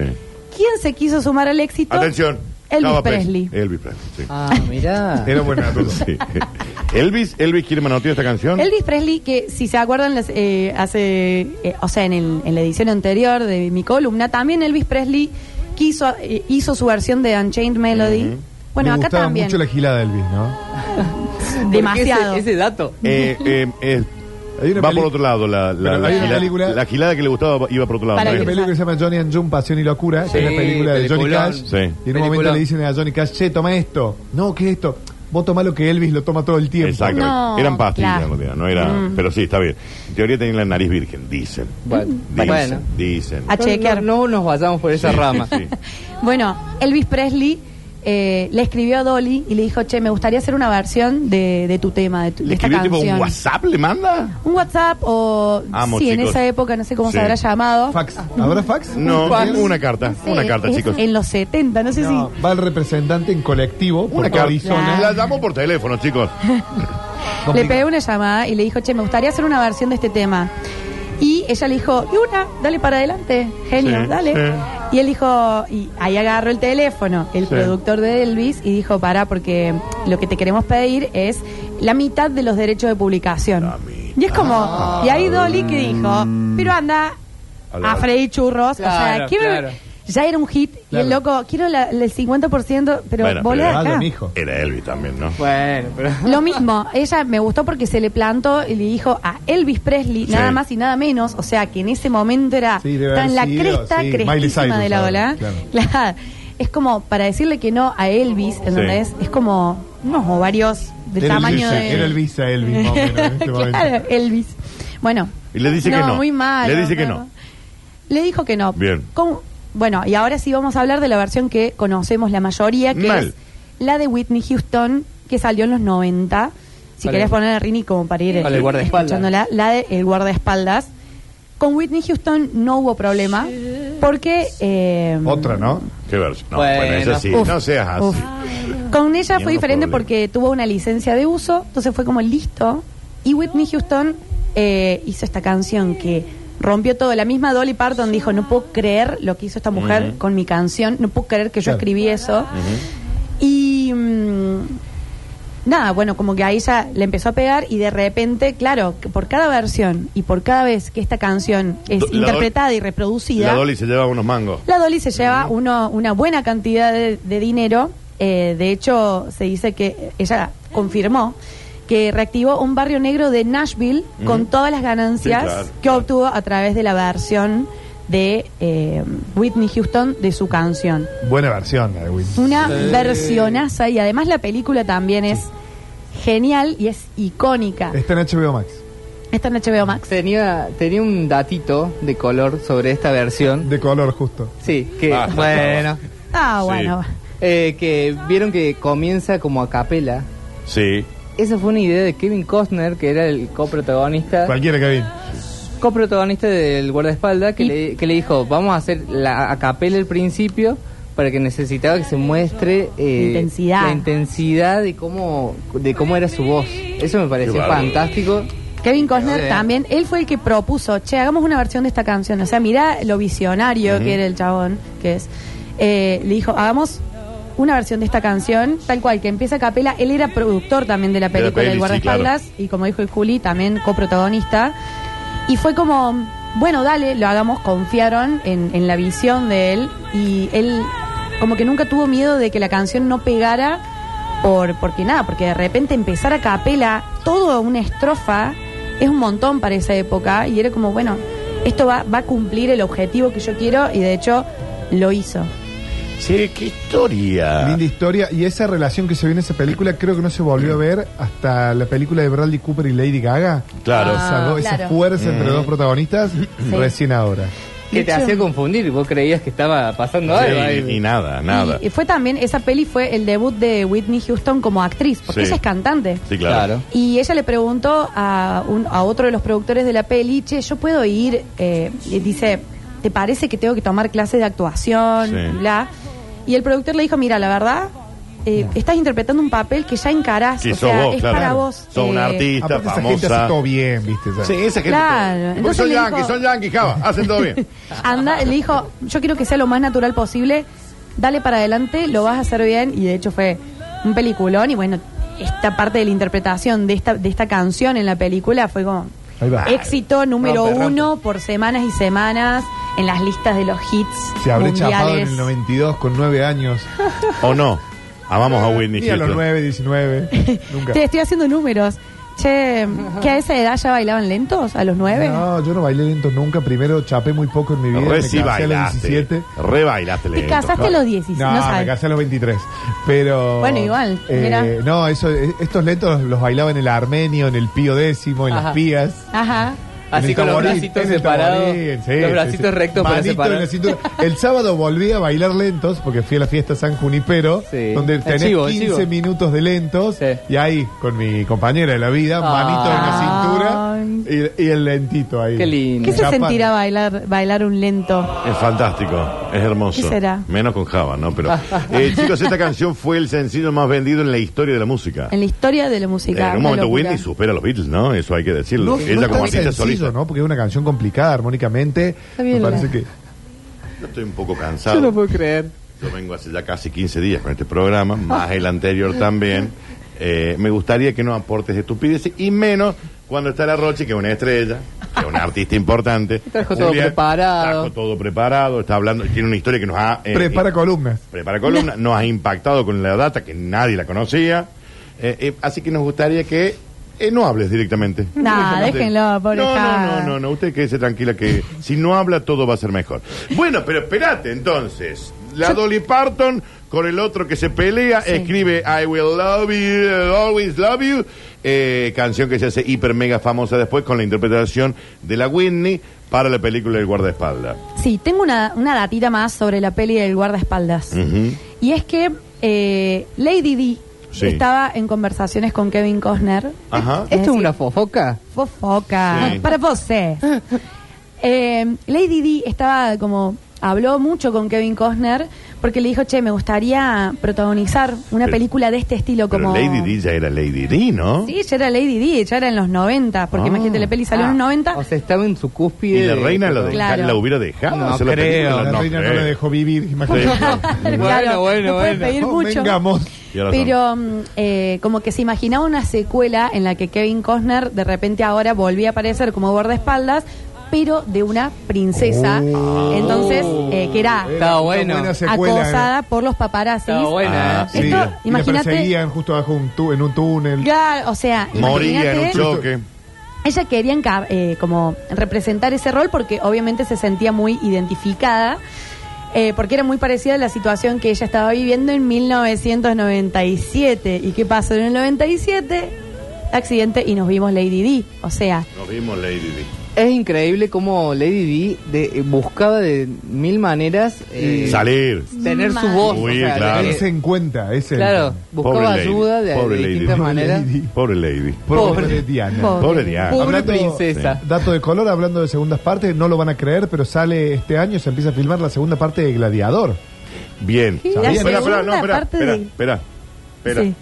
Speaker 3: ¿quién se quiso sumar al éxito?
Speaker 1: Atención.
Speaker 3: Elvis
Speaker 1: Estaba preso.
Speaker 3: Presley.
Speaker 1: Elvis Presley, sí.
Speaker 2: Ah, mirá.
Speaker 4: Era buena duda.
Speaker 1: Sí. Elvis, Elvis quiere manotear esta canción.
Speaker 3: Elvis Presley, que si se acuerdan, las, eh, hace, eh, o sea, en, el- en la edición anterior de mi columna, también Elvis Presley quiso, eh, hizo su versión de Unchained Melody.
Speaker 1: Ujú.
Speaker 3: Bueno,
Speaker 4: Me
Speaker 3: acá
Speaker 4: gustaba
Speaker 3: también.
Speaker 4: mucho la gilada de Elvis, ¿no?
Speaker 2: Porque
Speaker 3: Demasiado.
Speaker 2: Ese, ese dato.
Speaker 1: Eh, eh, eh,
Speaker 4: Hay una
Speaker 1: va
Speaker 4: peli-
Speaker 1: por otro lado la, la,
Speaker 4: Pero
Speaker 1: la
Speaker 4: hay una
Speaker 1: gilada,
Speaker 4: película-
Speaker 1: la gilada que le gustaba iba por otro lado. ¿no?
Speaker 3: Para
Speaker 4: Hay una
Speaker 3: que-
Speaker 4: película que se llama Johnny and June, Pasión y Locura,
Speaker 2: Sí,
Speaker 4: que es la película de Johnny
Speaker 2: peliculón.
Speaker 4: Cash.
Speaker 1: Sí.
Speaker 4: Y en un momento
Speaker 2: Peliculón.
Speaker 4: le dicen a Johnny Cash, che, toma esto. No, ¿qué es esto? Vos tomá lo que Elvis lo toma todo el tiempo.
Speaker 1: Exacto.
Speaker 3: No,
Speaker 1: Eran pastillas,
Speaker 3: claro. Mm.
Speaker 1: en realidad, no era, pero sí, está bien. En teoría tenía la nariz virgen, dicen.
Speaker 2: Bueno.
Speaker 1: Dicen,
Speaker 2: Bueno.
Speaker 1: dicen.
Speaker 3: A chequear.
Speaker 2: No, no nos vayamos por esa
Speaker 1: Sí,
Speaker 2: rama.
Speaker 1: sí, sí.
Speaker 3: Bueno, Elvis Presley eh, le escribió a Dolly y le dijo, che, me gustaría hacer una versión de, de tu tema, de, tu-
Speaker 1: ¿Le
Speaker 3: de esta
Speaker 1: escribió tipo
Speaker 3: canción.
Speaker 1: un WhatsApp? ¿Le manda?
Speaker 3: Un WhatsApp o...
Speaker 1: Amo,
Speaker 3: sí, en
Speaker 1: chicos.
Speaker 3: esa época, no sé cómo
Speaker 1: Sí.
Speaker 3: se habrá llamado.
Speaker 4: Fax. ¿Habrá fax?
Speaker 1: No,
Speaker 2: fax.
Speaker 1: una carta,
Speaker 3: Sí,
Speaker 1: una carta,
Speaker 3: es
Speaker 1: chicos.
Speaker 3: En los 70, no sé
Speaker 4: No,
Speaker 3: si...
Speaker 4: Va el representante en colectivo por
Speaker 1: Una carta.
Speaker 4: Arizona.
Speaker 1: La llamo por teléfono, chicos.
Speaker 3: Le pegué una llamada y le dijo, che, me gustaría hacer una versión de este tema. Y ella le dijo, y una, dale para adelante, genio,
Speaker 1: Sí,
Speaker 3: dale.
Speaker 1: sí.
Speaker 3: Y él dijo, y ahí agarró el teléfono, el
Speaker 1: Sí.
Speaker 3: productor de Elvis, y dijo, para, porque lo que te queremos pedir es la mitad de los derechos de publicación.
Speaker 1: La mitad.
Speaker 3: Y es como, y ahí Dolly que dijo, pero anda
Speaker 1: Hola.
Speaker 3: a Freddy Churros, o sea,
Speaker 2: Claro,
Speaker 3: ¿qué me-
Speaker 2: claro.
Speaker 3: Ya era un hit, y el
Speaker 4: Claro.
Speaker 3: loco, quiero la- el 50%, pero
Speaker 1: Bueno,
Speaker 3: volé
Speaker 1: pero-
Speaker 3: de acá.
Speaker 4: Vale, mijo.
Speaker 1: Era Elvis también, ¿no?
Speaker 2: Bueno, pero.
Speaker 3: Lo mismo, ella me gustó porque se le plantó y le dijo a Elvis Presley,
Speaker 1: Sí.
Speaker 3: nada más y nada menos, o sea que en ese momento era
Speaker 4: Sí, debe
Speaker 3: tan
Speaker 4: haber
Speaker 3: la
Speaker 4: sido,
Speaker 3: cresta,
Speaker 4: sí,
Speaker 3: crestísima
Speaker 4: Miley Cyrus,
Speaker 3: de la
Speaker 4: ahora,
Speaker 3: ola.
Speaker 4: claro.
Speaker 3: Claro. Es como para decirle que no a Elvis, ¿entendés? Es como unos ovarios del
Speaker 4: Era
Speaker 3: tamaño
Speaker 4: Elvis,
Speaker 3: de.
Speaker 4: Era Elvis a Elvis, más o menos, en este
Speaker 3: claro, eh,
Speaker 4: momento.
Speaker 3: Elvis. Bueno.
Speaker 1: Y le dice que no.
Speaker 3: muy mal.
Speaker 1: Le dice que no.
Speaker 3: Le dijo que no.
Speaker 1: Bien.
Speaker 3: Con- bueno, y ahora sí vamos a hablar de la versión que conocemos la mayoría, que
Speaker 1: Mal.
Speaker 3: es la de Whitney Houston, que salió en los 90. Si
Speaker 2: Vale.
Speaker 3: querés poner a Rini como para ir
Speaker 2: Vale,
Speaker 3: eh,
Speaker 2: guardaespaldas.
Speaker 3: escuchándola, la de El Guardaespaldas. Con Whitney Houston no hubo problema, porque... eh,
Speaker 4: Otra, ¿no?
Speaker 1: ¿Qué versión? No, bueno,
Speaker 2: Bueno.
Speaker 1: esa sí.
Speaker 3: Uf,
Speaker 1: no seas así.
Speaker 3: uf. Con ella
Speaker 1: Teníamos
Speaker 3: fue diferente
Speaker 1: problemas.
Speaker 3: porque tuvo una licencia de uso, entonces fue como listo. Y Whitney Houston eh, hizo esta canción que rompió todo. La misma Dolly Parton dijo, no puedo creer lo que hizo esta mujer
Speaker 1: Ujú.
Speaker 3: con mi canción, no puedo creer que yo
Speaker 4: Claro.
Speaker 3: escribí eso. Y... mm, Nada, bueno, como que ahí ya le empezó a pegar y de repente, claro, que por cada versión y por cada vez que esta canción es
Speaker 1: Do- la
Speaker 3: interpretada
Speaker 1: Dolly-
Speaker 3: y reproducida,
Speaker 1: La Dolly se lleva unos mangos.
Speaker 3: la Dolly se lleva uno- una buena cantidad de, de dinero. Eh, de hecho, se dice que ella confirmó que reactivó un barrio negro de Nashville con
Speaker 1: Ujú.
Speaker 3: todas las ganancias
Speaker 1: Sí, claro,
Speaker 3: que
Speaker 1: claro.
Speaker 3: obtuvo a través de la versión de eh, Whitney Houston de su canción.
Speaker 4: Buena versión la de Whitney.
Speaker 3: Una versionaza y además la película también es genial y es icónica.
Speaker 4: Está en HBO Max.
Speaker 3: Esta en HBO Max.
Speaker 2: Tenía, tenía un datito de color sobre esta versión.
Speaker 4: De color, justo.
Speaker 2: Sí, que.
Speaker 1: Basta,
Speaker 2: bueno.
Speaker 3: Ah,
Speaker 1: Sí.
Speaker 3: bueno.
Speaker 2: Eh, que vieron que comienza como a capela.
Speaker 1: Sí.
Speaker 2: Esa fue una idea de Kevin Costner, que era el coprotagonista.
Speaker 4: Cualquiera, Kevin.
Speaker 2: coprotagonista del guardaespaldas que,
Speaker 3: Y-
Speaker 2: le, que le dijo, vamos a hacer la a capela al principio para que necesitaba que se muestre eh,
Speaker 3: Intensidad.
Speaker 2: la intensidad de cómo de cómo era su voz. Eso me
Speaker 1: Qué
Speaker 2: pareció
Speaker 1: bárbaro.
Speaker 2: fantástico.
Speaker 3: Kevin Costner
Speaker 2: Bien.
Speaker 3: también, él fue el que propuso, che, hagamos una versión de esta canción. O sea, mirá lo visionario que era el chabón, que es. Eh, le dijo, hagamos una versión de esta canción, tal cual, que empieza a capela. Él era productor también de la película
Speaker 1: peli,
Speaker 3: El
Speaker 1: sí,
Speaker 3: Guardaespaldas y como dijo el Juli, también coprotagonista. Y fue como, bueno, dale, lo hagamos, confiaron en, en la visión de él y él como que nunca tuvo miedo de que la canción no pegara por porque nada, porque de repente empezar a capela todo una estrofa es un montón para esa época y era como, bueno, esto va, va a cumplir el objetivo que yo quiero y de hecho lo hizo.
Speaker 1: Sí, qué historia.
Speaker 4: Linda historia. Y esa relación que se vio en esa película creo que no se volvió a ver hasta la película de Bradley Cooper y Lady Gaga.
Speaker 1: Claro. Mm.
Speaker 4: Esa,
Speaker 3: Ah,
Speaker 4: do- esa
Speaker 3: claro.
Speaker 4: fuerza entre dos protagonistas recién ahora.
Speaker 2: Que te
Speaker 3: De hecho-
Speaker 2: hacía confundir, vos creías que estaba pasando
Speaker 1: Sí,
Speaker 2: algo. ahí.
Speaker 1: y, y nada, nada.
Speaker 3: Y fue también, esa peli fue el debut de Whitney Houston como actriz, porque
Speaker 1: Sí.
Speaker 3: ella es cantante.
Speaker 1: Sí, claro.
Speaker 3: Y ella le preguntó a, un- a otro de los productores de la peli, che, yo puedo ir, eh, y dice, ¿te parece que tengo que tomar clases de actuación?
Speaker 1: Sí.
Speaker 3: Y bla. Y el productor le dijo, mira, la verdad, eh, estás interpretando un papel que ya encarás,
Speaker 1: Sí,
Speaker 3: o
Speaker 1: sos
Speaker 3: sea,
Speaker 1: vos,
Speaker 3: es
Speaker 1: claro.
Speaker 3: para vos.
Speaker 1: Sos un
Speaker 3: eh,
Speaker 1: artista
Speaker 4: Aparte esa gente hace
Speaker 1: famosa.
Speaker 4: todo bien, ¿viste? Ya.
Speaker 1: Sí, esa gente.
Speaker 3: Claro,
Speaker 1: todo. Porque
Speaker 3: entonces
Speaker 1: son
Speaker 3: me dijo-
Speaker 1: yanquis, son yanquis, Java. Hacen todo bien.
Speaker 3: Anda, le dijo, yo quiero que sea lo más natural posible, dale para adelante, lo vas a hacer bien. Y de hecho fue un peliculón y bueno, esta parte de la interpretación de esta, de esta canción en la película fue como
Speaker 4: Ahí va.
Speaker 3: éxito número
Speaker 4: Rompe, rompe.
Speaker 3: uno por semanas y semanas en las listas de los hits
Speaker 4: Se habré chapado en
Speaker 3: mundiales.
Speaker 4: el 92 con 9 años.
Speaker 1: ¿O no? Amamos a Whitney
Speaker 4: Ni a los
Speaker 1: Houston.
Speaker 4: 9, 19. Nunca.
Speaker 3: Te estoy haciendo números. Che, que a esa edad ya bailaban lentos, a los nueve.
Speaker 4: No, yo no bailé lento nunca. Primero chapé muy poco en mi vida.
Speaker 1: Re
Speaker 4: me
Speaker 1: sí
Speaker 4: casé a los
Speaker 1: bailaste.
Speaker 4: 17.
Speaker 1: Re bailaste.
Speaker 3: Te
Speaker 1: lento.
Speaker 3: casaste a los 16,
Speaker 4: No,
Speaker 3: no,
Speaker 4: me
Speaker 3: sabes.
Speaker 4: casé a los 23. Pero.
Speaker 3: Bueno, igual, mira.
Speaker 4: No, eso, eh, estos lentos los, los bailaba en el armenio, en el pío décimo, en las
Speaker 2: Ajá.
Speaker 4: pías.
Speaker 3: Ajá.
Speaker 4: en
Speaker 2: Así
Speaker 4: el
Speaker 2: con los
Speaker 4: tamboril,
Speaker 2: bracitos
Speaker 4: en el
Speaker 2: separados.
Speaker 4: tamboril, sí,
Speaker 2: los
Speaker 4: sí,
Speaker 2: bracitos
Speaker 4: sí.
Speaker 2: rectos para
Speaker 4: Manito en
Speaker 2: separar.
Speaker 4: la cintura. El sábado volví a bailar lentos porque fui a la fiesta San Junipero,
Speaker 2: Sí.
Speaker 4: donde
Speaker 2: El
Speaker 4: tenés
Speaker 2: chivo, el
Speaker 4: 15
Speaker 2: chivo.
Speaker 4: minutos de lentos.
Speaker 2: Sí.
Speaker 4: Y ahí, con mi compañera de la vida, manito en la cintura y, y el lentito ahí.
Speaker 2: Qué lindo.
Speaker 3: ¿Qué se
Speaker 4: Chapando.
Speaker 3: sentirá bailar, bailar un lento?
Speaker 1: Es fantástico, es hermoso.
Speaker 3: ¿Qué será?
Speaker 1: Menos con Java, ¿no? Pero, eh, chicos, esta canción fue el sencillo más vendido en la historia de la música. Eh,
Speaker 3: En la historia de la música.
Speaker 1: en un
Speaker 3: una
Speaker 1: momento
Speaker 3: locura.
Speaker 1: Whitney supera a los Beatles, ¿no? Eso hay que decirlo.
Speaker 4: No, no
Speaker 1: Ella
Speaker 4: está
Speaker 1: como artista
Speaker 4: sencillo,
Speaker 1: solista.
Speaker 4: ¿no? Porque es una canción complicada armónicamente.
Speaker 3: bien,
Speaker 4: me parece
Speaker 3: la-
Speaker 4: que.
Speaker 1: Yo estoy un poco
Speaker 2: Yo no
Speaker 1: cansado.
Speaker 2: puedo creer.
Speaker 1: Yo vengo hace ya casi 15 días con este programa, más el anterior también. Eh, me gustaría que no aportes estupideces y menos cuando está la Roche, que es una estrella, que es un artista importante.
Speaker 2: Trajo todo preparado.
Speaker 1: Trajo todo preparado, está hablando, tiene una historia que nos ha... eh,
Speaker 4: Prepara columnas.
Speaker 1: prepara columna, nos ha impactado con la data que nadie la conocía. Eh, eh, así que nos gustaría que eh, no hables directamente.
Speaker 3: Nah,
Speaker 1: Directamente.
Speaker 3: déjenlo, pobre
Speaker 1: no, no,
Speaker 3: Java.
Speaker 1: no, no, no, usted quédese tranquila que si no habla todo va a ser mejor. Bueno, pero espérate entonces. La Dolly Parton con el otro que se pelea escribe I will love you, always love you, eh, canción que se hace hiper mega famosa después con la interpretación de la Whitney para la película El guardaespaldas.
Speaker 3: Sí, tengo una, una datita más sobre la peli del guardaespaldas.
Speaker 1: Ujú.
Speaker 3: Y es que eh, Lady D
Speaker 1: Sí.
Speaker 3: estaba en conversaciones con Kevin Costner.
Speaker 1: Ajá.
Speaker 2: ¿Esto es una fofoca?
Speaker 3: Fofoca.
Speaker 1: Sí.
Speaker 3: Para vos, eh. Eh, Lady D estaba como. Habló mucho con Kevin Costner porque le dijo, che, me gustaría protagonizar una
Speaker 1: Pero-
Speaker 3: película de este estilo
Speaker 1: Pero
Speaker 3: como...
Speaker 1: Lady D ya era Lady D, ¿no?
Speaker 3: Sí, ya era Lady D, ya era en los 90, porque
Speaker 1: Ah.
Speaker 3: imagínate, la peli salió en los 90.
Speaker 2: O sea, estaba en su cúspide.
Speaker 1: Y la
Speaker 2: de-
Speaker 1: reina la, de-
Speaker 3: Claro.
Speaker 1: la hubiera dejado.
Speaker 2: No
Speaker 1: hacer la
Speaker 2: creo,
Speaker 1: película,
Speaker 4: La reina no
Speaker 1: creo.
Speaker 4: la dejó vivir,
Speaker 1: Sí,
Speaker 4: imagínate.
Speaker 1: claro.
Speaker 2: Bueno,
Speaker 3: Claro,
Speaker 2: bueno,
Speaker 3: no puede
Speaker 2: bueno.
Speaker 3: pedir
Speaker 4: No,
Speaker 3: mucho. Ah.
Speaker 4: vengamos.
Speaker 1: Y ahora
Speaker 3: Pero mm, eh, como que se imaginaba una secuela en la que Kevin Costner de repente ahora volvía a aparecer como guardaespaldas, pero de una princesa. Entonces, eh, que era
Speaker 2: Estaba bueno.
Speaker 4: buena secuela,
Speaker 3: acosada por los paparazzis.
Speaker 2: Estaba buena,
Speaker 1: Ah,
Speaker 2: ¿eh?
Speaker 1: sí.
Speaker 4: Sí,
Speaker 3: Esto,
Speaker 4: y la
Speaker 3: imagínate-
Speaker 4: perseguían justo abajo un tu- en un túnel.
Speaker 3: Claro, o sea,
Speaker 1: Moría en un
Speaker 3: imagínate-
Speaker 1: choque.
Speaker 3: Ella quería enca- eh, como representar ese rol porque obviamente se sentía muy identificada, eh, porque era muy parecida a la situación que ella estaba viviendo en 1997. ¿Y qué pasó en el 97? Accidente y nos vimos Lady D. O sea,
Speaker 1: Nos vimos Lady D.
Speaker 2: Es increíble cómo Lady D de- eh, buscaba de mil maneras eh,
Speaker 1: Salir.
Speaker 2: tener su voz.
Speaker 1: Huir, claro.
Speaker 4: Ese
Speaker 2: de-
Speaker 4: en cuenta, ese. en
Speaker 2: claro, buscaba
Speaker 1: Pobre lady,
Speaker 2: ayuda de,
Speaker 1: pobre
Speaker 2: de
Speaker 1: lady.
Speaker 2: distintas
Speaker 1: Pobre
Speaker 2: maneras.
Speaker 4: lady.
Speaker 1: Pobre Lady.
Speaker 4: Por
Speaker 2: Pobre.
Speaker 4: de Diana.
Speaker 3: Pobre.
Speaker 1: Pobre Diana.
Speaker 2: Pobre princesa.
Speaker 4: Dato de color, hablando de segundas partes, no lo van a creer, pero sale este año, se empieza a filmar la segunda parte de Gladiador.
Speaker 1: Bien.
Speaker 3: Sí,
Speaker 1: Espera,
Speaker 3: la
Speaker 1: espera, no,
Speaker 3: segunda
Speaker 1: espera.
Speaker 3: parte
Speaker 1: Espera,
Speaker 3: de-
Speaker 1: espera. espera.
Speaker 3: sí.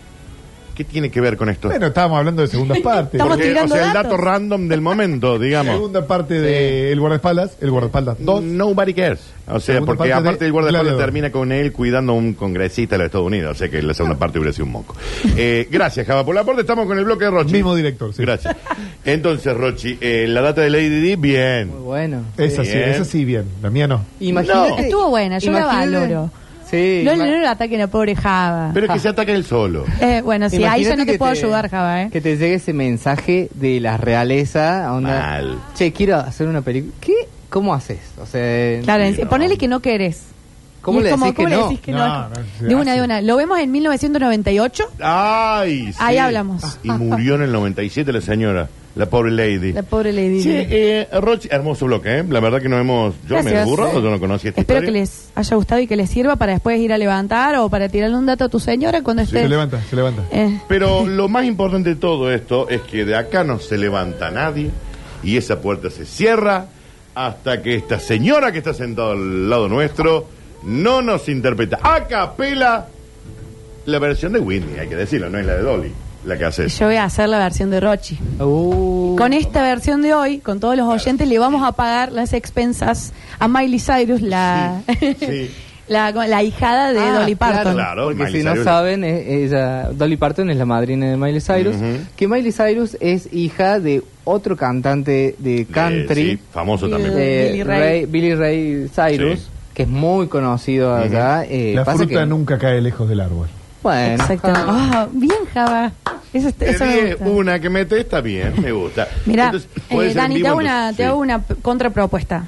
Speaker 1: ¿Qué tiene que ver con esto?
Speaker 4: Bueno, estábamos hablando de segundas partes.
Speaker 3: Estamos
Speaker 1: Porque, o
Speaker 3: tirando
Speaker 1: sea, el dato
Speaker 3: datos.
Speaker 1: random del momento, digamos.
Speaker 4: Segunda parte de El Guardaespaldas, El Guardaespaldas 2.
Speaker 1: Nobody cares. O sea,
Speaker 4: Segunda
Speaker 1: porque
Speaker 4: parte
Speaker 1: aparte
Speaker 4: de
Speaker 1: el guardaespaldas
Speaker 4: Gladiador.
Speaker 1: termina con él cuidando a un congresista de los Estados Unidos. O sea que la segunda parte hubiera sido un moco. Eh, gracias, Java. Por la parte estamos con el bloque de Rochi.
Speaker 4: Mismo director, sí.
Speaker 1: Gracias. Entonces, Rochi, eh, la data de Lady Di, bien.
Speaker 2: Muy bueno.
Speaker 4: Esa sí,
Speaker 1: Bien.
Speaker 4: esa sí, bien. La mía no.
Speaker 1: No.
Speaker 2: Imagínate.
Speaker 3: Estuvo buena, yo la
Speaker 2: imagínate-
Speaker 3: valoro.
Speaker 2: Sí.
Speaker 3: No, no,
Speaker 2: ima-
Speaker 3: no lo ataquen a pobre Java.
Speaker 1: Pero que se ataque él solo.
Speaker 3: Eh, bueno, sí, ahí ya
Speaker 2: imagínate
Speaker 3: no te
Speaker 2: que
Speaker 3: puedo ayudar, Java, ¿eh?
Speaker 2: Que te llegue ese mensaje de la realeza. Onda,
Speaker 1: Mal.
Speaker 2: Che, quiero hacer una película. ¿Qué? ¿Cómo haces? O sea.
Speaker 3: Claro,
Speaker 1: Sí,
Speaker 3: en-
Speaker 1: no.
Speaker 3: ponele que no querés.
Speaker 2: ¿Cómo
Speaker 3: Y
Speaker 2: le
Speaker 3: es
Speaker 2: decís
Speaker 3: como,
Speaker 2: que
Speaker 3: ¿cómo
Speaker 2: no?
Speaker 3: decís que
Speaker 4: No,
Speaker 3: no?
Speaker 4: no se
Speaker 3: de una,
Speaker 4: hace.
Speaker 3: de una. Lo vemos en 1998,
Speaker 1: Ay, sí.
Speaker 3: Ahí hablamos.
Speaker 1: Y murió en el 97 la señora, la pobre lady.
Speaker 3: la pobre Lady.
Speaker 1: Sí,
Speaker 3: Di.
Speaker 1: eh, Rochi, hermoso bloque, ¿eh? La verdad que no hemos... Yo me
Speaker 3: Gracias.
Speaker 1: aburro, yo no conocí esta
Speaker 3: Espero
Speaker 1: historia.
Speaker 3: que les haya gustado y que les sirva para después ir a levantar o para tirarle un dato a tu señora cuando esté.
Speaker 4: Se levanta, se levanta.
Speaker 3: Eh,
Speaker 1: Pero lo más importante de todo esto es que de acá no se levanta nadie y esa puerta se cierra hasta que esta señora que está sentada al lado nuestro no nos interpreta a capela la versión de Whitney, hay que decirlo, no es la de Dolly, la que hace eso.
Speaker 3: yo voy a hacer la versión de Rochi.
Speaker 2: Uh,
Speaker 3: Con esta versión de hoy, con todos los oyentes, le vamos a pagar las expensas a Miley Cyrus, la,
Speaker 1: Sí, sí.
Speaker 3: la, la hijada de
Speaker 2: Ah,
Speaker 3: Dolly Parton.
Speaker 1: Claro,
Speaker 2: Porque
Speaker 1: Miley
Speaker 2: si no
Speaker 1: Cyrus.
Speaker 2: saben, eh, ella, Dolly Parton es la madrina de Miley Cyrus.
Speaker 1: Ujú.
Speaker 2: Que Miley Cyrus es hija de otro cantante de country.
Speaker 1: Eh, sí, famoso también.
Speaker 2: de
Speaker 3: Billy
Speaker 2: Billy
Speaker 3: Ray.
Speaker 2: Ray. Billy Ray Cyrus,
Speaker 1: Sí.
Speaker 2: que es muy conocido allá. eh,
Speaker 4: La
Speaker 2: pasa
Speaker 4: fruta
Speaker 2: que-
Speaker 4: nunca cae lejos del árbol.
Speaker 2: Bueno,
Speaker 3: Exactamente.
Speaker 2: ah,
Speaker 3: Ah, bien, Java. Eso, está-
Speaker 1: Te
Speaker 3: eso me
Speaker 1: dije
Speaker 3: gusta.
Speaker 1: una que mete, está bien, me gusta.
Speaker 3: Mira,
Speaker 1: Entonces, puede ser en
Speaker 3: Dani,
Speaker 1: vivo,
Speaker 3: te hago, una,
Speaker 1: entonces,
Speaker 3: te
Speaker 1: sí.
Speaker 3: hago una p- contrapropuesta.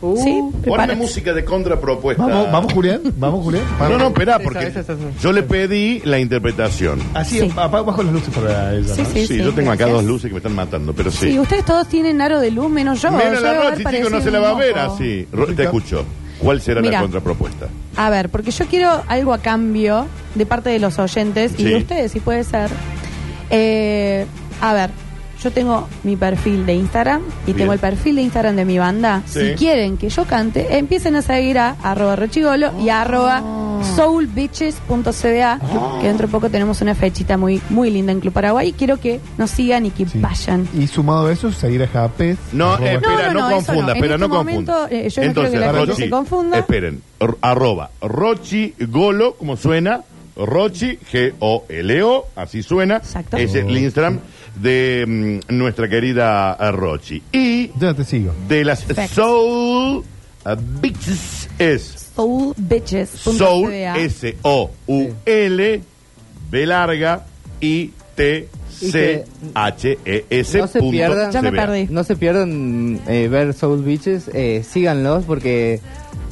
Speaker 2: Uh.
Speaker 3: sí,
Speaker 1: Ponme
Speaker 3: prepárate.
Speaker 1: música de contrapropuesta.
Speaker 4: Vamos, vamos, Julián, vamos, Julián.
Speaker 1: No, no, espera,
Speaker 2: Esa,
Speaker 1: porque
Speaker 2: esa, esa, esa.
Speaker 1: yo le pedí la interpretación.
Speaker 4: Así,
Speaker 3: Sí.
Speaker 4: apa- bajo las luces para ella.
Speaker 3: Sí,
Speaker 4: ¿no?
Speaker 1: Sí, yo tengo acá
Speaker 3: gracias.
Speaker 1: dos luces que me están matando, pero sí.
Speaker 3: Sí, ustedes todos tienen aro de luz, menos yo.
Speaker 1: Menos
Speaker 3: Yo
Speaker 1: la
Speaker 3: voy a haber
Speaker 1: Rochi, chicos, no
Speaker 3: parecido
Speaker 1: se la
Speaker 3: un
Speaker 1: va a ver
Speaker 3: moco.
Speaker 1: así. Ro- Te escucho. ¿Cuál será la
Speaker 3: Mira.
Speaker 1: contrapropuesta?
Speaker 3: A ver, porque yo quiero algo a cambio de parte de los oyentes y
Speaker 1: Sí.
Speaker 3: de ustedes, si puede ser. Eh, a ver, yo tengo mi perfil de Instagram y
Speaker 1: Bien.
Speaker 3: tengo el perfil de Instagram de mi banda.
Speaker 1: Sí.
Speaker 3: Si quieren que yo cante, empiecen a seguir a arroba rochigolo y a arroba soulbitches.cda,
Speaker 1: Ah.
Speaker 3: que dentro de poco tenemos una fechita muy, muy linda en Club Paraguay. Y quiero que nos sigan y que
Speaker 4: Sí.
Speaker 3: vayan.
Speaker 4: Y sumado a eso, seguir a Japes.
Speaker 1: No,
Speaker 4: arroba-
Speaker 1: eh, espera,
Speaker 3: no,
Speaker 1: no,
Speaker 3: no, eso
Speaker 1: confunda,
Speaker 3: no. En
Speaker 1: espera, no
Speaker 3: este
Speaker 1: confunda.
Speaker 3: momento, eh, yo no creo que la gente se confunda.
Speaker 1: Esperen, r- arroba, Rochi Golo, como suena, Rochi, G-O-L-O, así suena.
Speaker 3: Exacto.
Speaker 1: Es el Instagram de mm, nuestra querida eh, Rochi. Y
Speaker 4: Ya te sigo.
Speaker 1: de las
Speaker 3: Perfecto.
Speaker 1: Soul eh, Bitches es
Speaker 3: Soulbitches.cda.
Speaker 1: Soul, S-O-U-L, B larga, I-T-C-H-E-S.
Speaker 2: No se pierdan.
Speaker 3: Ya me perdí.
Speaker 2: no se pierdan eh, ver Soul Beaches, eh, síganlos porque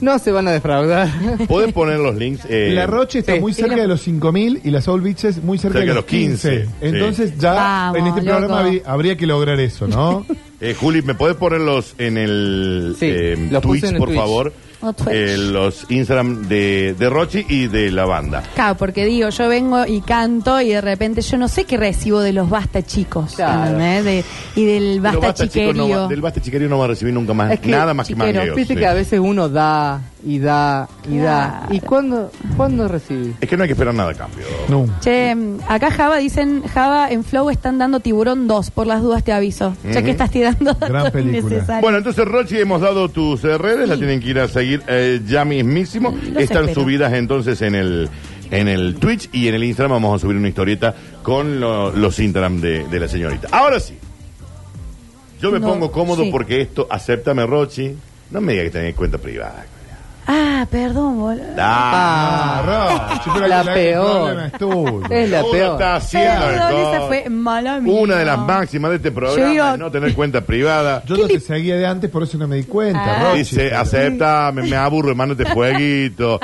Speaker 2: no se van a defraudar.
Speaker 1: Pueden poner los links. eh,
Speaker 4: la Roche está
Speaker 2: sí.
Speaker 4: muy cerca de los 5.000 y la Soul Beaches muy cerca de los 15.
Speaker 1: sí.
Speaker 4: Entonces ya
Speaker 3: Vamos,
Speaker 4: en este
Speaker 3: loco.
Speaker 4: programa habí- habría que lograr eso, ¿no?
Speaker 1: eh, Juli, ¿me puedes ponerlos en el
Speaker 2: Sí,
Speaker 1: eh,
Speaker 2: los puse
Speaker 1: Twitch,
Speaker 2: en el
Speaker 1: por
Speaker 2: Twitch.
Speaker 1: favor?
Speaker 3: O Oh, Twitch.
Speaker 1: Eh, los Instagram de, de Rochi y de la banda.
Speaker 3: Claro, porque digo, yo vengo y canto y de repente yo no sé qué recibo de los basta chicos.
Speaker 2: Claro.
Speaker 3: ¿entendés? De- y del
Speaker 1: Pero
Speaker 3: basta,
Speaker 1: chico, no
Speaker 3: chiquerío.
Speaker 1: va- del basta chiquerío no va a recibir nunca más
Speaker 2: Es que,
Speaker 1: nada más que
Speaker 3: chiquero,
Speaker 1: mangueos,
Speaker 2: Viste
Speaker 1: sí.
Speaker 2: que a veces uno da y da y da. ¿Y
Speaker 3: Claro.
Speaker 2: cuándo, cuándo recibís?
Speaker 1: Es que no hay que esperar nada a cambio.
Speaker 4: no.
Speaker 3: Che, mm, acá Java dicen, Java en Flow están dando tiburón 2, por las dudas te aviso. Ya
Speaker 1: Ujú.
Speaker 3: que estás tirando datos
Speaker 4: Gran película.
Speaker 3: innecesarios.
Speaker 1: Bueno, entonces, Rochi, hemos dado tus eh, redes, la tienen que ir a seguir eh, ya mismísimo.
Speaker 3: Los
Speaker 1: Están
Speaker 3: espero.
Speaker 1: subidas entonces en el en el Twitch y en el Instagram vamos a subir una historieta con lo- los Instagram de, de la señorita. Ahora sí, yo me
Speaker 3: No,
Speaker 1: pongo cómodo
Speaker 3: sí.
Speaker 1: porque esto, acéptame, Rochi. No me digas que tenés cuenta privada.
Speaker 3: Ah, perdón, boludo.
Speaker 1: Ah,
Speaker 4: Ah, Roche, pero
Speaker 2: La
Speaker 4: el
Speaker 2: peor.
Speaker 4: problema es tuyo.
Speaker 2: Es la
Speaker 1: uno
Speaker 2: peor.
Speaker 1: está haciendo el
Speaker 3: Perdón, esa
Speaker 1: gol.
Speaker 3: fue mala mía.
Speaker 1: Una de las máximas de este programa
Speaker 3: digo-
Speaker 1: es no tener cuenta privada.
Speaker 4: Yo no te seguía de antes, por eso no me di cuenta, Roche.
Speaker 1: Dice,
Speaker 4: Pero-
Speaker 1: acepta, me, me aburro, hermano, este jueguito.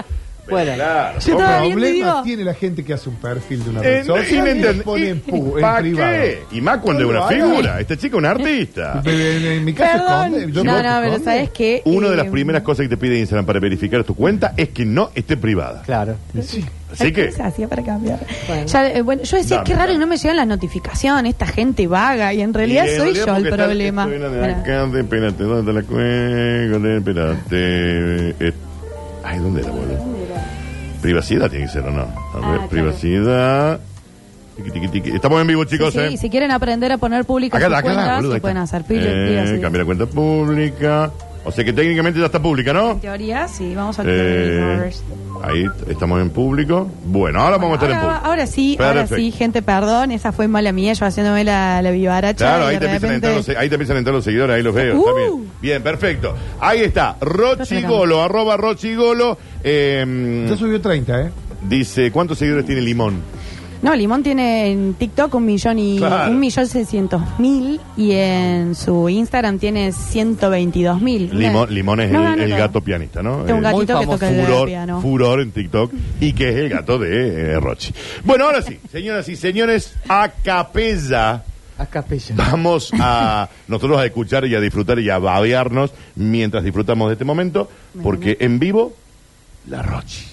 Speaker 2: Bueno.
Speaker 1: Claro.
Speaker 3: Yo
Speaker 4: ¿Qué
Speaker 3: estaba viendo y
Speaker 4: problemas
Speaker 3: digo,
Speaker 4: tiene la gente que hace un perfil de una
Speaker 1: Eh,
Speaker 4: red
Speaker 1: no,
Speaker 4: social y
Speaker 1: inenten-
Speaker 4: lo pone en, pu-
Speaker 1: ¿Y
Speaker 4: en
Speaker 1: pa'
Speaker 4: privado?
Speaker 1: qué? Y más cuando es
Speaker 4: No
Speaker 1: una
Speaker 4: lo hagan.
Speaker 1: figura. Esta chica es una artista.
Speaker 4: Pero En, en mi caso, esconde,
Speaker 3: perdón.
Speaker 4: yo
Speaker 3: No,
Speaker 4: creo que
Speaker 3: no, pero
Speaker 4: esconde.
Speaker 3: ¿sabes qué?
Speaker 1: Una de
Speaker 3: Eh,
Speaker 1: las primeras cosas que te pide Instagram para verificar tu cuenta es que no esté privada.
Speaker 2: Claro.
Speaker 4: Y sí.
Speaker 1: Así que,
Speaker 3: ¿Cómo se hacía para cambiar?
Speaker 2: Bueno.
Speaker 3: Ya, eh, bueno, yo decía,
Speaker 1: Dame,
Speaker 3: qué raro
Speaker 1: dame.
Speaker 3: que no me llegan las notificaciones, esta gente vaga, y en realidad
Speaker 1: Y en
Speaker 3: soy
Speaker 1: realidad
Speaker 3: yo
Speaker 1: porque
Speaker 3: el
Speaker 1: está-
Speaker 3: problema.
Speaker 1: esto viene de
Speaker 3: Pará.
Speaker 1: acá, de- espérate, ¿dónde la cuelgo? Espérate. Eh, Ay,
Speaker 3: Ah,
Speaker 1: ¿dónde era, boludo? Privacidad tiene que ser, ¿o no? A ver, privacidad. Tiqui, tiqui, tiqui. Estamos en vivo, chicos,
Speaker 3: Sí, sí,
Speaker 1: ¿eh?
Speaker 3: y si quieren aprender a poner pública
Speaker 1: Acá,
Speaker 3: sus
Speaker 1: acá,
Speaker 3: cuentas,
Speaker 1: boludo,
Speaker 3: lo
Speaker 1: acá.
Speaker 3: pueden hacer. Pille,
Speaker 1: Eh,
Speaker 3: diga, sí.
Speaker 1: Cambiar la cuenta pública. O sea que técnicamente ya está pública, ¿no?
Speaker 3: En teoría, sí, vamos a activar el
Speaker 1: Eh,
Speaker 3: e-commerce.
Speaker 1: ahí estamos en público. Bueno, ahora vamos a estar en
Speaker 3: Ahora,
Speaker 1: público.
Speaker 3: ahora sí,
Speaker 1: Perfecto.
Speaker 3: ahora sí, gente, perdón, esa fue mala mía, yo haciéndome la, la vivaracha.
Speaker 1: Claro,
Speaker 3: y
Speaker 1: ahí
Speaker 3: de
Speaker 1: te, empiezan a
Speaker 3: repente-
Speaker 1: entrar los, e- ahí te empiezan a entrar los seguidores, ahí los veo. está
Speaker 3: Uh.
Speaker 1: bien. bien, perfecto. Ahí está, Rochigolo, arroba Rochigolo. eh,
Speaker 4: Ya subió 30, ¿eh?
Speaker 1: dice, ¿cuántos seguidores tiene Limón?
Speaker 3: No, Limón tiene en TikTok un millón y
Speaker 1: Claro.
Speaker 3: un millón seiscientos mil y en su Instagram tiene 122 mil.
Speaker 1: Limón, Limón es
Speaker 3: No,
Speaker 1: el,
Speaker 3: no, no,
Speaker 1: el
Speaker 3: no.
Speaker 1: gato pianista, ¿no?
Speaker 3: Tengo un
Speaker 1: Eh,
Speaker 2: muy
Speaker 3: gatito que
Speaker 2: famoso.
Speaker 3: toca el
Speaker 1: furor,
Speaker 3: piano.
Speaker 1: furor en TikTok y que es el gato de eh, Rochi. Bueno, ahora sí, señoras y señores, a capella
Speaker 2: A capella.
Speaker 1: vamos a nosotros a escuchar y a disfrutar y a babearnos mientras disfrutamos de este momento, porque en vivo, la Rochi.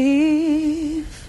Speaker 3: If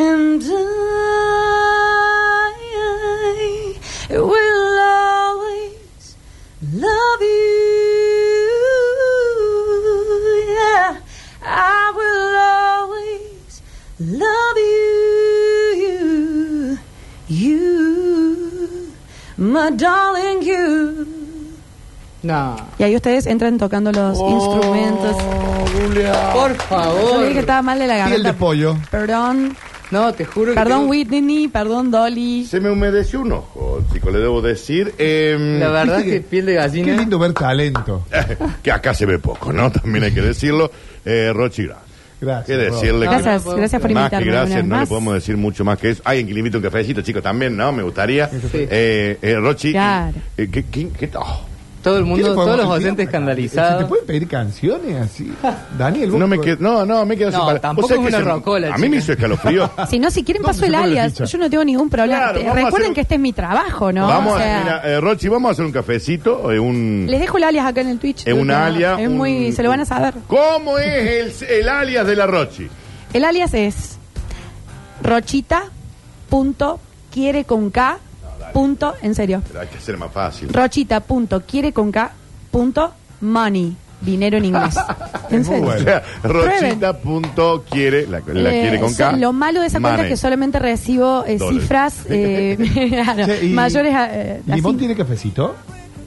Speaker 3: And I will always love you. Yeah, I will always love you. You, my darling, you.
Speaker 2: No.
Speaker 3: Y ahí ustedes entran tocando los
Speaker 4: Oh.
Speaker 3: instrumentos.
Speaker 2: Por
Speaker 3: Yo dije que
Speaker 2: favor.
Speaker 3: estaba mal de la
Speaker 4: Piel
Speaker 3: garganta.
Speaker 4: de pollo.
Speaker 3: Perdón,
Speaker 2: No, te juro que.
Speaker 3: perdón
Speaker 2: tengo-
Speaker 3: Whitney, perdón Dolly.
Speaker 1: Se me humedeció un ojo, chico, le debo decir. em,
Speaker 2: La verdad
Speaker 4: Viste
Speaker 2: que piel de gallina.
Speaker 4: Qué lindo ver talento.
Speaker 1: que acá se ve poco, ¿no? También hay que decirlo. Eh, Rochi, gracias.
Speaker 4: Gracias,
Speaker 1: Hay que
Speaker 4: Rob.
Speaker 1: decirle que-
Speaker 3: Gracias,
Speaker 2: no, no,
Speaker 3: gracias por
Speaker 1: más
Speaker 3: invitarme.
Speaker 1: que
Speaker 3: una
Speaker 1: gracias,
Speaker 3: vez
Speaker 1: no le
Speaker 3: más.
Speaker 1: podemos decir mucho más que eso. Alguien que le invite un cafecito, chicos, también, ¿no? Me gustaría. Eh, eh, Rochi.
Speaker 3: Claro.
Speaker 1: eh, ¿qué- qué- qué- oh,
Speaker 2: Todo el
Speaker 4: ¿Qué le
Speaker 2: mundo,
Speaker 4: podemos
Speaker 2: todos los
Speaker 4: pedir?
Speaker 2: oyentes
Speaker 4: ¿Se
Speaker 2: escandalizados.
Speaker 4: te pueden pedir canciones así? Daniel, vos-
Speaker 1: No me qued- no, no, me quedo
Speaker 2: No,
Speaker 1: sin palabras.
Speaker 2: tampoco
Speaker 1: Vos sabés
Speaker 2: es
Speaker 1: que se-
Speaker 2: una rocola,
Speaker 1: A mí me
Speaker 2: chico.
Speaker 1: hizo escalofrío.
Speaker 3: Si no, si quieren
Speaker 4: ¿Dónde
Speaker 3: paso
Speaker 4: se
Speaker 3: el
Speaker 4: pone la
Speaker 3: alias.
Speaker 4: ficha?
Speaker 3: Yo no tengo ningún problema.
Speaker 1: Claro,
Speaker 3: Te-
Speaker 1: vamos a
Speaker 3: Recuerden
Speaker 1: hacer-
Speaker 3: que este es mi trabajo, ¿no?
Speaker 1: Vamos,
Speaker 3: O sea,
Speaker 1: a, mira, eh, Rochi, vamos a hacer un cafecito, eh, un...
Speaker 3: Les dejo el alias acá en el Twitch.
Speaker 1: Es un
Speaker 3: No,
Speaker 1: alias.
Speaker 3: Es muy,
Speaker 1: un-
Speaker 3: se lo van a saber.
Speaker 1: ¿Cómo es el, el alias de la Rochi?
Speaker 3: El alias es rochita punto quiere con K punto, en serio,
Speaker 1: Pero hay que hacer más fácil.
Speaker 3: rochita punto quiere con K punto money, dinero en inglés. en
Speaker 4: muy
Speaker 3: serio.
Speaker 1: O
Speaker 4: bueno.
Speaker 1: sea,
Speaker 3: Prueben.
Speaker 1: Rochita punto quiere, la, la
Speaker 3: Eh,
Speaker 1: quiere con
Speaker 3: so-
Speaker 1: K.
Speaker 3: Lo malo de esa cuenta
Speaker 1: Mane.
Speaker 3: es que solamente recibo eh,
Speaker 1: Dólares.
Speaker 3: cifras eh, claro,
Speaker 4: Che, y-
Speaker 3: mayores a. eh,
Speaker 4: ¿Limón
Speaker 3: así.
Speaker 4: tiene cafecito?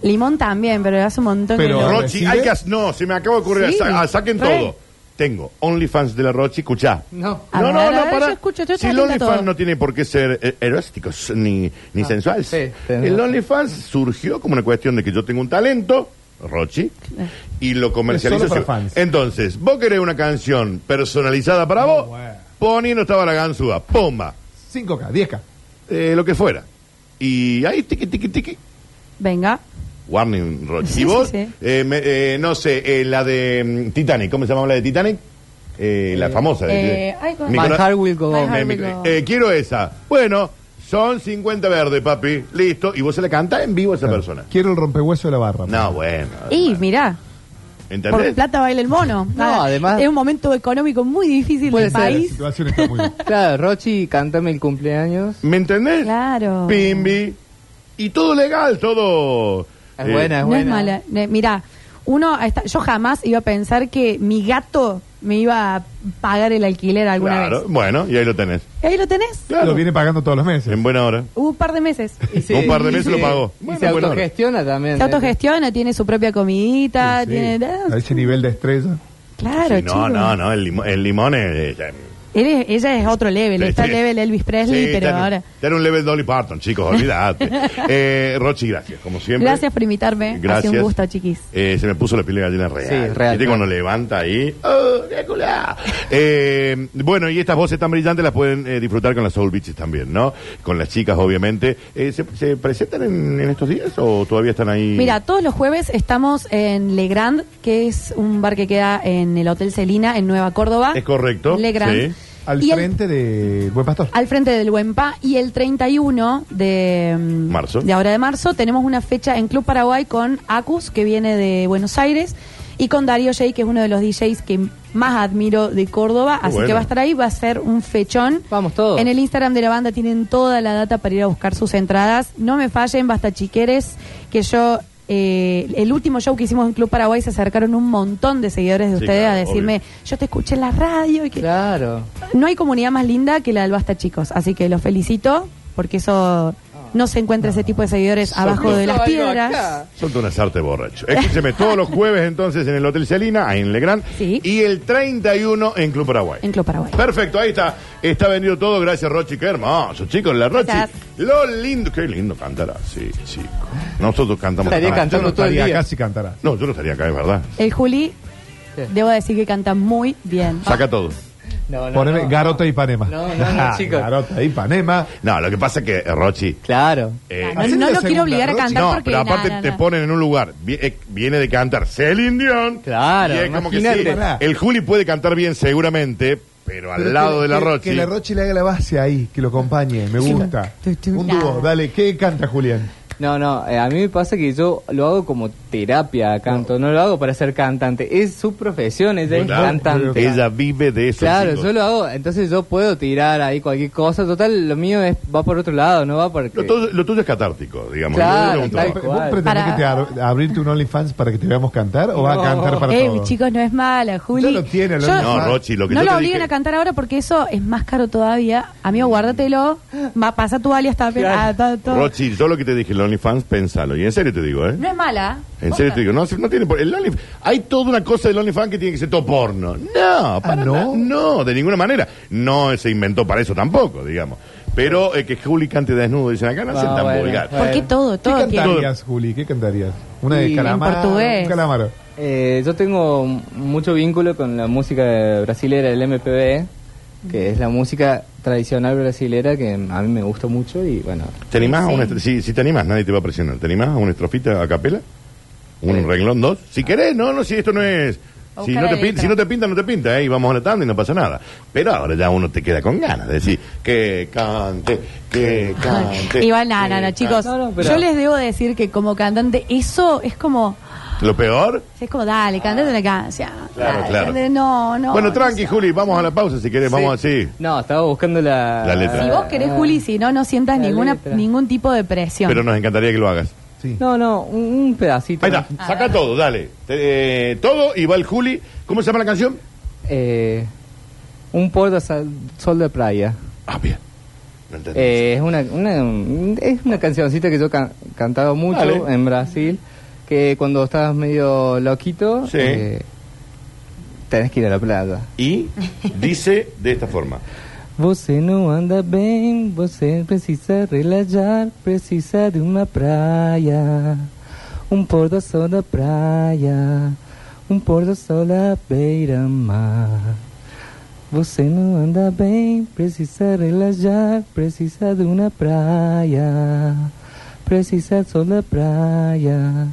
Speaker 3: Limón también, pero hace un montón
Speaker 4: Pero-
Speaker 3: que no.
Speaker 1: Rochi,
Speaker 4: ¿Recibe?
Speaker 1: hay que... as- No, se me acaba de ocurrir.
Speaker 3: Sí,
Speaker 1: sa- ah, saquen
Speaker 3: re.
Speaker 1: todo. Tengo OnlyFans de la Rochi, escuchá.
Speaker 2: No.
Speaker 3: A
Speaker 1: no,
Speaker 3: ver,
Speaker 1: no,
Speaker 3: a
Speaker 1: no,
Speaker 3: ver,
Speaker 1: para.
Speaker 3: yo escucho, yo
Speaker 1: si el
Speaker 3: atenta a
Speaker 1: OnlyFans
Speaker 3: todo.
Speaker 1: no tiene por qué ser eh, eróticos ni, ni
Speaker 2: Ah,
Speaker 1: sensuales.
Speaker 2: sí, tenés
Speaker 1: el
Speaker 2: razón.
Speaker 1: OnlyFans surgió como una cuestión de que yo tengo un talento, Rochi, y lo comercializo.
Speaker 4: Es solo
Speaker 1: yo.
Speaker 4: para fans.
Speaker 1: Entonces, vos querés una canción personalizada para vos,
Speaker 4: bueno.
Speaker 1: Poni no estaba la ganzúa, pomba,
Speaker 4: 5K, 10K.
Speaker 1: eh, lo que fuera. Y ahí, tiqui, tiqui, tiqui.
Speaker 3: Venga.
Speaker 1: Warning, Rochi.
Speaker 3: Sí,
Speaker 1: ¿Y vos?
Speaker 3: sí, sí.
Speaker 1: Eh, me- eh, no sé, eh, la de mm, Titanic. ¿Cómo se llamaba la de Titanic? Eh, la famosa. de-
Speaker 3: eh, ay, ¿cómo?
Speaker 2: My
Speaker 1: Nicola-
Speaker 2: heart will go
Speaker 3: My
Speaker 2: on.
Speaker 3: heart
Speaker 1: Eh,
Speaker 3: will
Speaker 1: mi-
Speaker 3: go on.
Speaker 1: eh, quiero esa. Bueno, son 50 verdes, papi. Listo. Y vos se la canta en vivo a esa persona.
Speaker 4: Quiero el rompehueso de la barra.
Speaker 1: No, Ah, bueno.
Speaker 3: Y mirá, por
Speaker 1: ¿Entendés?
Speaker 3: plata baila el mono.
Speaker 2: No, además-
Speaker 3: Es un momento económico muy difícil
Speaker 2: Puede
Speaker 3: del
Speaker 2: ser.
Speaker 4: La
Speaker 3: país.
Speaker 4: situación está muy bien.
Speaker 2: Claro, Rochi, cántame el cumpleaños.
Speaker 1: ¿Me entendés?
Speaker 3: Claro.
Speaker 1: Pimbi. Y todo legal, todo.
Speaker 2: Es
Speaker 1: eh,
Speaker 2: buena, es
Speaker 3: No es
Speaker 2: buena.
Speaker 3: mala. Eh, mirá, uno, a esta- yo jamás iba a pensar que mi gato me iba a pagar el alquiler alguna
Speaker 1: Eh, Claro.
Speaker 3: vez.
Speaker 1: Bueno, y ahí lo tenés.
Speaker 3: Y ahí lo tenés.
Speaker 1: Claro.
Speaker 4: Lo viene pagando todos los meses.
Speaker 1: En buena hora.
Speaker 3: Hubo un par de meses.
Speaker 2: Y se-
Speaker 1: Un par de
Speaker 2: y
Speaker 1: meses
Speaker 2: se-
Speaker 1: lo pagó.
Speaker 2: Y
Speaker 1: Bueno,
Speaker 2: se
Speaker 1: bueno.
Speaker 2: autogestiona también.
Speaker 3: Se
Speaker 2: ¿eh?
Speaker 3: autogestiona, tiene su propia comidita,
Speaker 4: Sí, sí.
Speaker 3: Ah, tiene...
Speaker 4: A ese nivel de estrella.
Speaker 3: Claro,
Speaker 1: Sí, no,
Speaker 3: chico.
Speaker 1: no, no. El, limo- el limón es. eh,
Speaker 3: Él es- ella es otro level,
Speaker 1: Sí,
Speaker 3: está
Speaker 1: sí.
Speaker 3: el level Elvis Presley,
Speaker 1: Sí,
Speaker 3: pero
Speaker 1: está en-
Speaker 3: ahora...
Speaker 1: está en un level Dolly Parton, chicos, olvídate. eh, Rochi, gracias, como siempre.
Speaker 3: Gracias por invitarme. Ha
Speaker 1: Gracias.
Speaker 3: sido un gusto, chiquis.
Speaker 1: Eh, se me puso la piel de gallina real.
Speaker 2: Sí, real.
Speaker 1: ¿Viste cuando levanta ahí? ¡Oh, Drácula! Eh, bueno, y estas voces tan brillantes las pueden eh, disfrutar con las Soul Beaches también, ¿no? Con las chicas, obviamente. Eh, ¿se, se presentan en, en estos días o todavía están ahí?
Speaker 3: Mira, todos los jueves estamos en Le Grand, que es un bar que queda en el Hotel Celina, en Nueva Córdoba.
Speaker 1: Es correcto,
Speaker 3: Le Grand.
Speaker 1: sí.
Speaker 4: al
Speaker 3: Y el-
Speaker 4: frente de Buen Pastor.
Speaker 3: al frente del Huempa y el 31 de mm,
Speaker 1: Marzo.
Speaker 3: de ahora de marzo tenemos una fecha en Club Paraguay con Acus que viene de Buenos Aires y con Darío Shea que es uno de los DJs que más admiro de Córdoba,
Speaker 1: Qué
Speaker 3: así
Speaker 1: bueno.
Speaker 3: que va a estar ahí, va a ser un fechón.
Speaker 2: Vamos todos.
Speaker 3: En el Instagram de la banda tienen toda la data para ir a buscar sus entradas. No me fallen, basta chiqueres, que yo eh, el último show que hicimos en Club Paraguay se acercaron un montón de seguidores de
Speaker 1: Sí,
Speaker 3: ustedes
Speaker 1: claro,
Speaker 3: a decirme,
Speaker 1: obvio.
Speaker 3: yo te escuché en la radio y que
Speaker 2: Claro.
Speaker 3: no hay comunidad más linda que la del Basta Chicos, así que los felicito porque eso no se encuentra ese tipo de seguidores abajo de las piedras.
Speaker 1: Son de una sarta de borracho. Escúcheme, todos los jueves entonces en el Hotel Celina, ahí en Legrand.
Speaker 3: Sí.
Speaker 1: Y el 31 en Club Paraguay.
Speaker 3: En Club Paraguay.
Speaker 1: Perfecto, ahí está. Está vendido todo, gracias Rochi, qué hermoso, chicos, la Rochi.
Speaker 3: Gracias.
Speaker 1: Lo lindo, qué lindo cantar así, chico. Nosotros cantamos.
Speaker 2: Estaría
Speaker 1: Ah,
Speaker 2: cantando
Speaker 1: yo no
Speaker 2: todo el
Speaker 1: estaría
Speaker 2: día.
Speaker 1: acá.
Speaker 4: Casi cantará.
Speaker 1: No, yo no estaría acá, es verdad.
Speaker 3: El Juli,
Speaker 2: ¿Qué?
Speaker 3: debo decir que canta muy bien. Ah,
Speaker 1: Saca todo.
Speaker 2: No, no,
Speaker 4: Poneme
Speaker 2: no.
Speaker 4: Garota y Panema. Ah,
Speaker 2: No, no, no, chicos.
Speaker 4: Garota y Panema.
Speaker 1: No, lo que pasa es que eh, Rochi.
Speaker 2: Claro.
Speaker 1: eh,
Speaker 3: No, no,
Speaker 4: Hacete
Speaker 3: lo
Speaker 4: la
Speaker 3: quiero
Speaker 4: segunda,
Speaker 3: obligar a
Speaker 4: Rochi.
Speaker 3: cantar
Speaker 1: No,
Speaker 3: porque
Speaker 1: pero aparte
Speaker 3: nada,
Speaker 1: te
Speaker 3: nada.
Speaker 1: ponen en un lugar. Vi- eh, Viene de cantar Celine Dion.
Speaker 2: Claro,
Speaker 1: Y es como que sí,
Speaker 2: imagínate.
Speaker 1: El Juli puede cantar bien seguramente, pero al
Speaker 4: Pero
Speaker 1: lado
Speaker 4: que-
Speaker 1: de la
Speaker 4: que-
Speaker 1: Rochi.
Speaker 4: Que la Rochi le haga la base ahí, que lo acompañe, me gusta.
Speaker 3: Tu, tu,
Speaker 4: Un
Speaker 3: nah.
Speaker 4: dúo, dale, ¿qué canta Julián?
Speaker 2: No, no, eh, a mí me pasa que yo lo hago como terapia a canto, no lo hago para ser cantante, es su profesión, ella es
Speaker 1: Claro,
Speaker 2: cantante.
Speaker 1: Ella vive de eso.
Speaker 2: Claro,
Speaker 1: chicos.
Speaker 2: yo lo hago, entonces yo puedo tirar ahí cualquier cosa, total, lo mío es, va por otro lado, no va porque...
Speaker 1: Lo tuyo, lo tuyo es catártico, digamos.
Speaker 2: Claro,
Speaker 1: Yo le pregunto,
Speaker 2: tal
Speaker 4: ¿Vos
Speaker 2: cual.
Speaker 4: pretendés
Speaker 3: Para-
Speaker 4: que te ar- abrirte un OnlyFans para que te veamos cantar o vas a
Speaker 2: No.
Speaker 4: cantar para
Speaker 3: Eh,
Speaker 4: todos?
Speaker 3: chicos, no es mala, Juli.
Speaker 4: Ya lo tiene, lo
Speaker 3: Yo-
Speaker 4: mismo.
Speaker 1: No, Rochi, lo que
Speaker 3: no
Speaker 1: yo
Speaker 3: lo
Speaker 1: te
Speaker 3: obliguen
Speaker 1: dije- Mm.
Speaker 3: a cantar ahora porque eso es más caro todavía. Amigo, guárdatelo. Ma- pasa tu alias también.
Speaker 2: Claro.
Speaker 3: Ah, todo, todo.
Speaker 1: Rochi, yo lo que te dije, el OnlyFans, pensalo. Y en serio te digo, ¿eh?
Speaker 3: No es mala.
Speaker 1: En serio
Speaker 3: Posta.
Speaker 1: te digo, no, no tiene por- el Only- hay toda una cosa del OnlyFans que tiene que ser todo porno. No,
Speaker 2: Ah,
Speaker 1: para
Speaker 4: ¿no?
Speaker 1: na- no, de ninguna manera. No se inventó para eso tampoco, digamos. Pero eh, que Juli cante desnudo, dicen acá, no
Speaker 2: Ah,
Speaker 1: sean tan
Speaker 2: bueno,
Speaker 1: vulgar.
Speaker 2: bueno.
Speaker 3: ¿Por qué todo?
Speaker 4: ¿Qué
Speaker 3: Todo tiene.
Speaker 4: cantarías, Juli? ¿Qué cantarías? ¿Una de
Speaker 2: Y-
Speaker 4: calamar?
Speaker 3: en portugués.
Speaker 4: Un calamaro.
Speaker 2: Eh, yo tengo m- mucho vínculo con la música brasilera, el MPB, que es la música tradicional brasilera que a mí me gusta mucho y bueno...
Speaker 1: ¿Te animás a una estrof- si, si te animás, nadie te va a presionar. ¿Te animás a una estrofita a capela? ¿Un
Speaker 2: Sí.
Speaker 1: renglón dos? Si querés, no, no, si esto no es.
Speaker 3: A
Speaker 1: Si
Speaker 3: buscar
Speaker 1: no, te
Speaker 3: la
Speaker 1: pin-
Speaker 3: letra.
Speaker 1: si no te pinta, no te pinta, ¿eh? y vamos a la tanda y no pasa nada. Pero ahora ya uno te queda con ganas de decir que cante, que cante.
Speaker 3: Igual, no, no,
Speaker 1: que
Speaker 3: no, chicos.
Speaker 2: No, no, pero-
Speaker 3: Yo les debo decir que como cantante, eso es como.
Speaker 1: cante. Lo peor.
Speaker 3: Es como, dale, cantate una canción.
Speaker 1: Claro,
Speaker 3: Dale,
Speaker 1: claro.
Speaker 3: cantate- No, no.
Speaker 1: bueno,
Speaker 3: no
Speaker 1: tranqui,
Speaker 3: sé.
Speaker 1: Juli, vamos a la pausa si querés, vamos así.
Speaker 2: No, estaba buscando la... Ah.
Speaker 1: La letra.
Speaker 3: Si vos querés, Juli, si no, no sientas
Speaker 2: La
Speaker 3: ninguna,
Speaker 2: letra.
Speaker 3: ningún tipo de presión.
Speaker 1: Pero nos encantaría que lo hagas.
Speaker 4: Sí.
Speaker 2: No, no, un, un pedacito.
Speaker 1: Ahí está, saca todo, dale. Te- eh, todo y va el Juli. ¿Cómo se llama la canción?
Speaker 2: Eh, un porta sal- sol de playa.
Speaker 1: Ah, bien. No entendí.
Speaker 2: Eh, es una, una- es una cancioncita que yo can- cantaba mucho
Speaker 1: Dale.
Speaker 2: en Brasil, que cuando estabas medio loquito,
Speaker 1: Sí.
Speaker 2: eh, tenés que ir a la playa.
Speaker 1: Y dice de esta forma.
Speaker 2: Você não anda bem, você precisa relaxar, precisa de uma praia, um pôr do sol da praia, um pôr do sol da beira-mar. Você não anda bem, precisa relaxar, precisa de uma praia, precisa do sol da praia,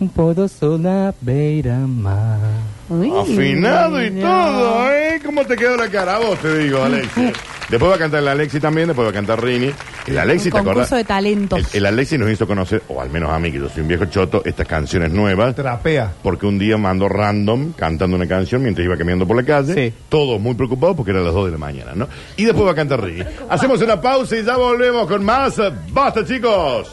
Speaker 2: um pôr do sol da beira-mar.
Speaker 3: Uy,
Speaker 1: Afinado y
Speaker 3: no.
Speaker 1: todo, ¿eh? ¿Cómo te quedó la cara? A vos te digo, Alexi. Después va a cantar la Alexi también, después va a cantar Rini. El Alexi,
Speaker 3: Un
Speaker 1: ¿te acordás?
Speaker 3: concurso de talentos.
Speaker 1: El, el Alexi nos hizo conocer, o al menos a mí, que yo soy un viejo choto, estas canciones nuevas.
Speaker 4: Trapea.
Speaker 1: Porque un día mandó random cantando una canción mientras iba caminando por la calle.
Speaker 2: Sí.
Speaker 1: Todos muy preocupados porque eran las 2 de la mañana, ¿no? Y después va a cantar Rini. Hacemos una pausa y ya volvemos con más. eh, ¡Basta, chicos!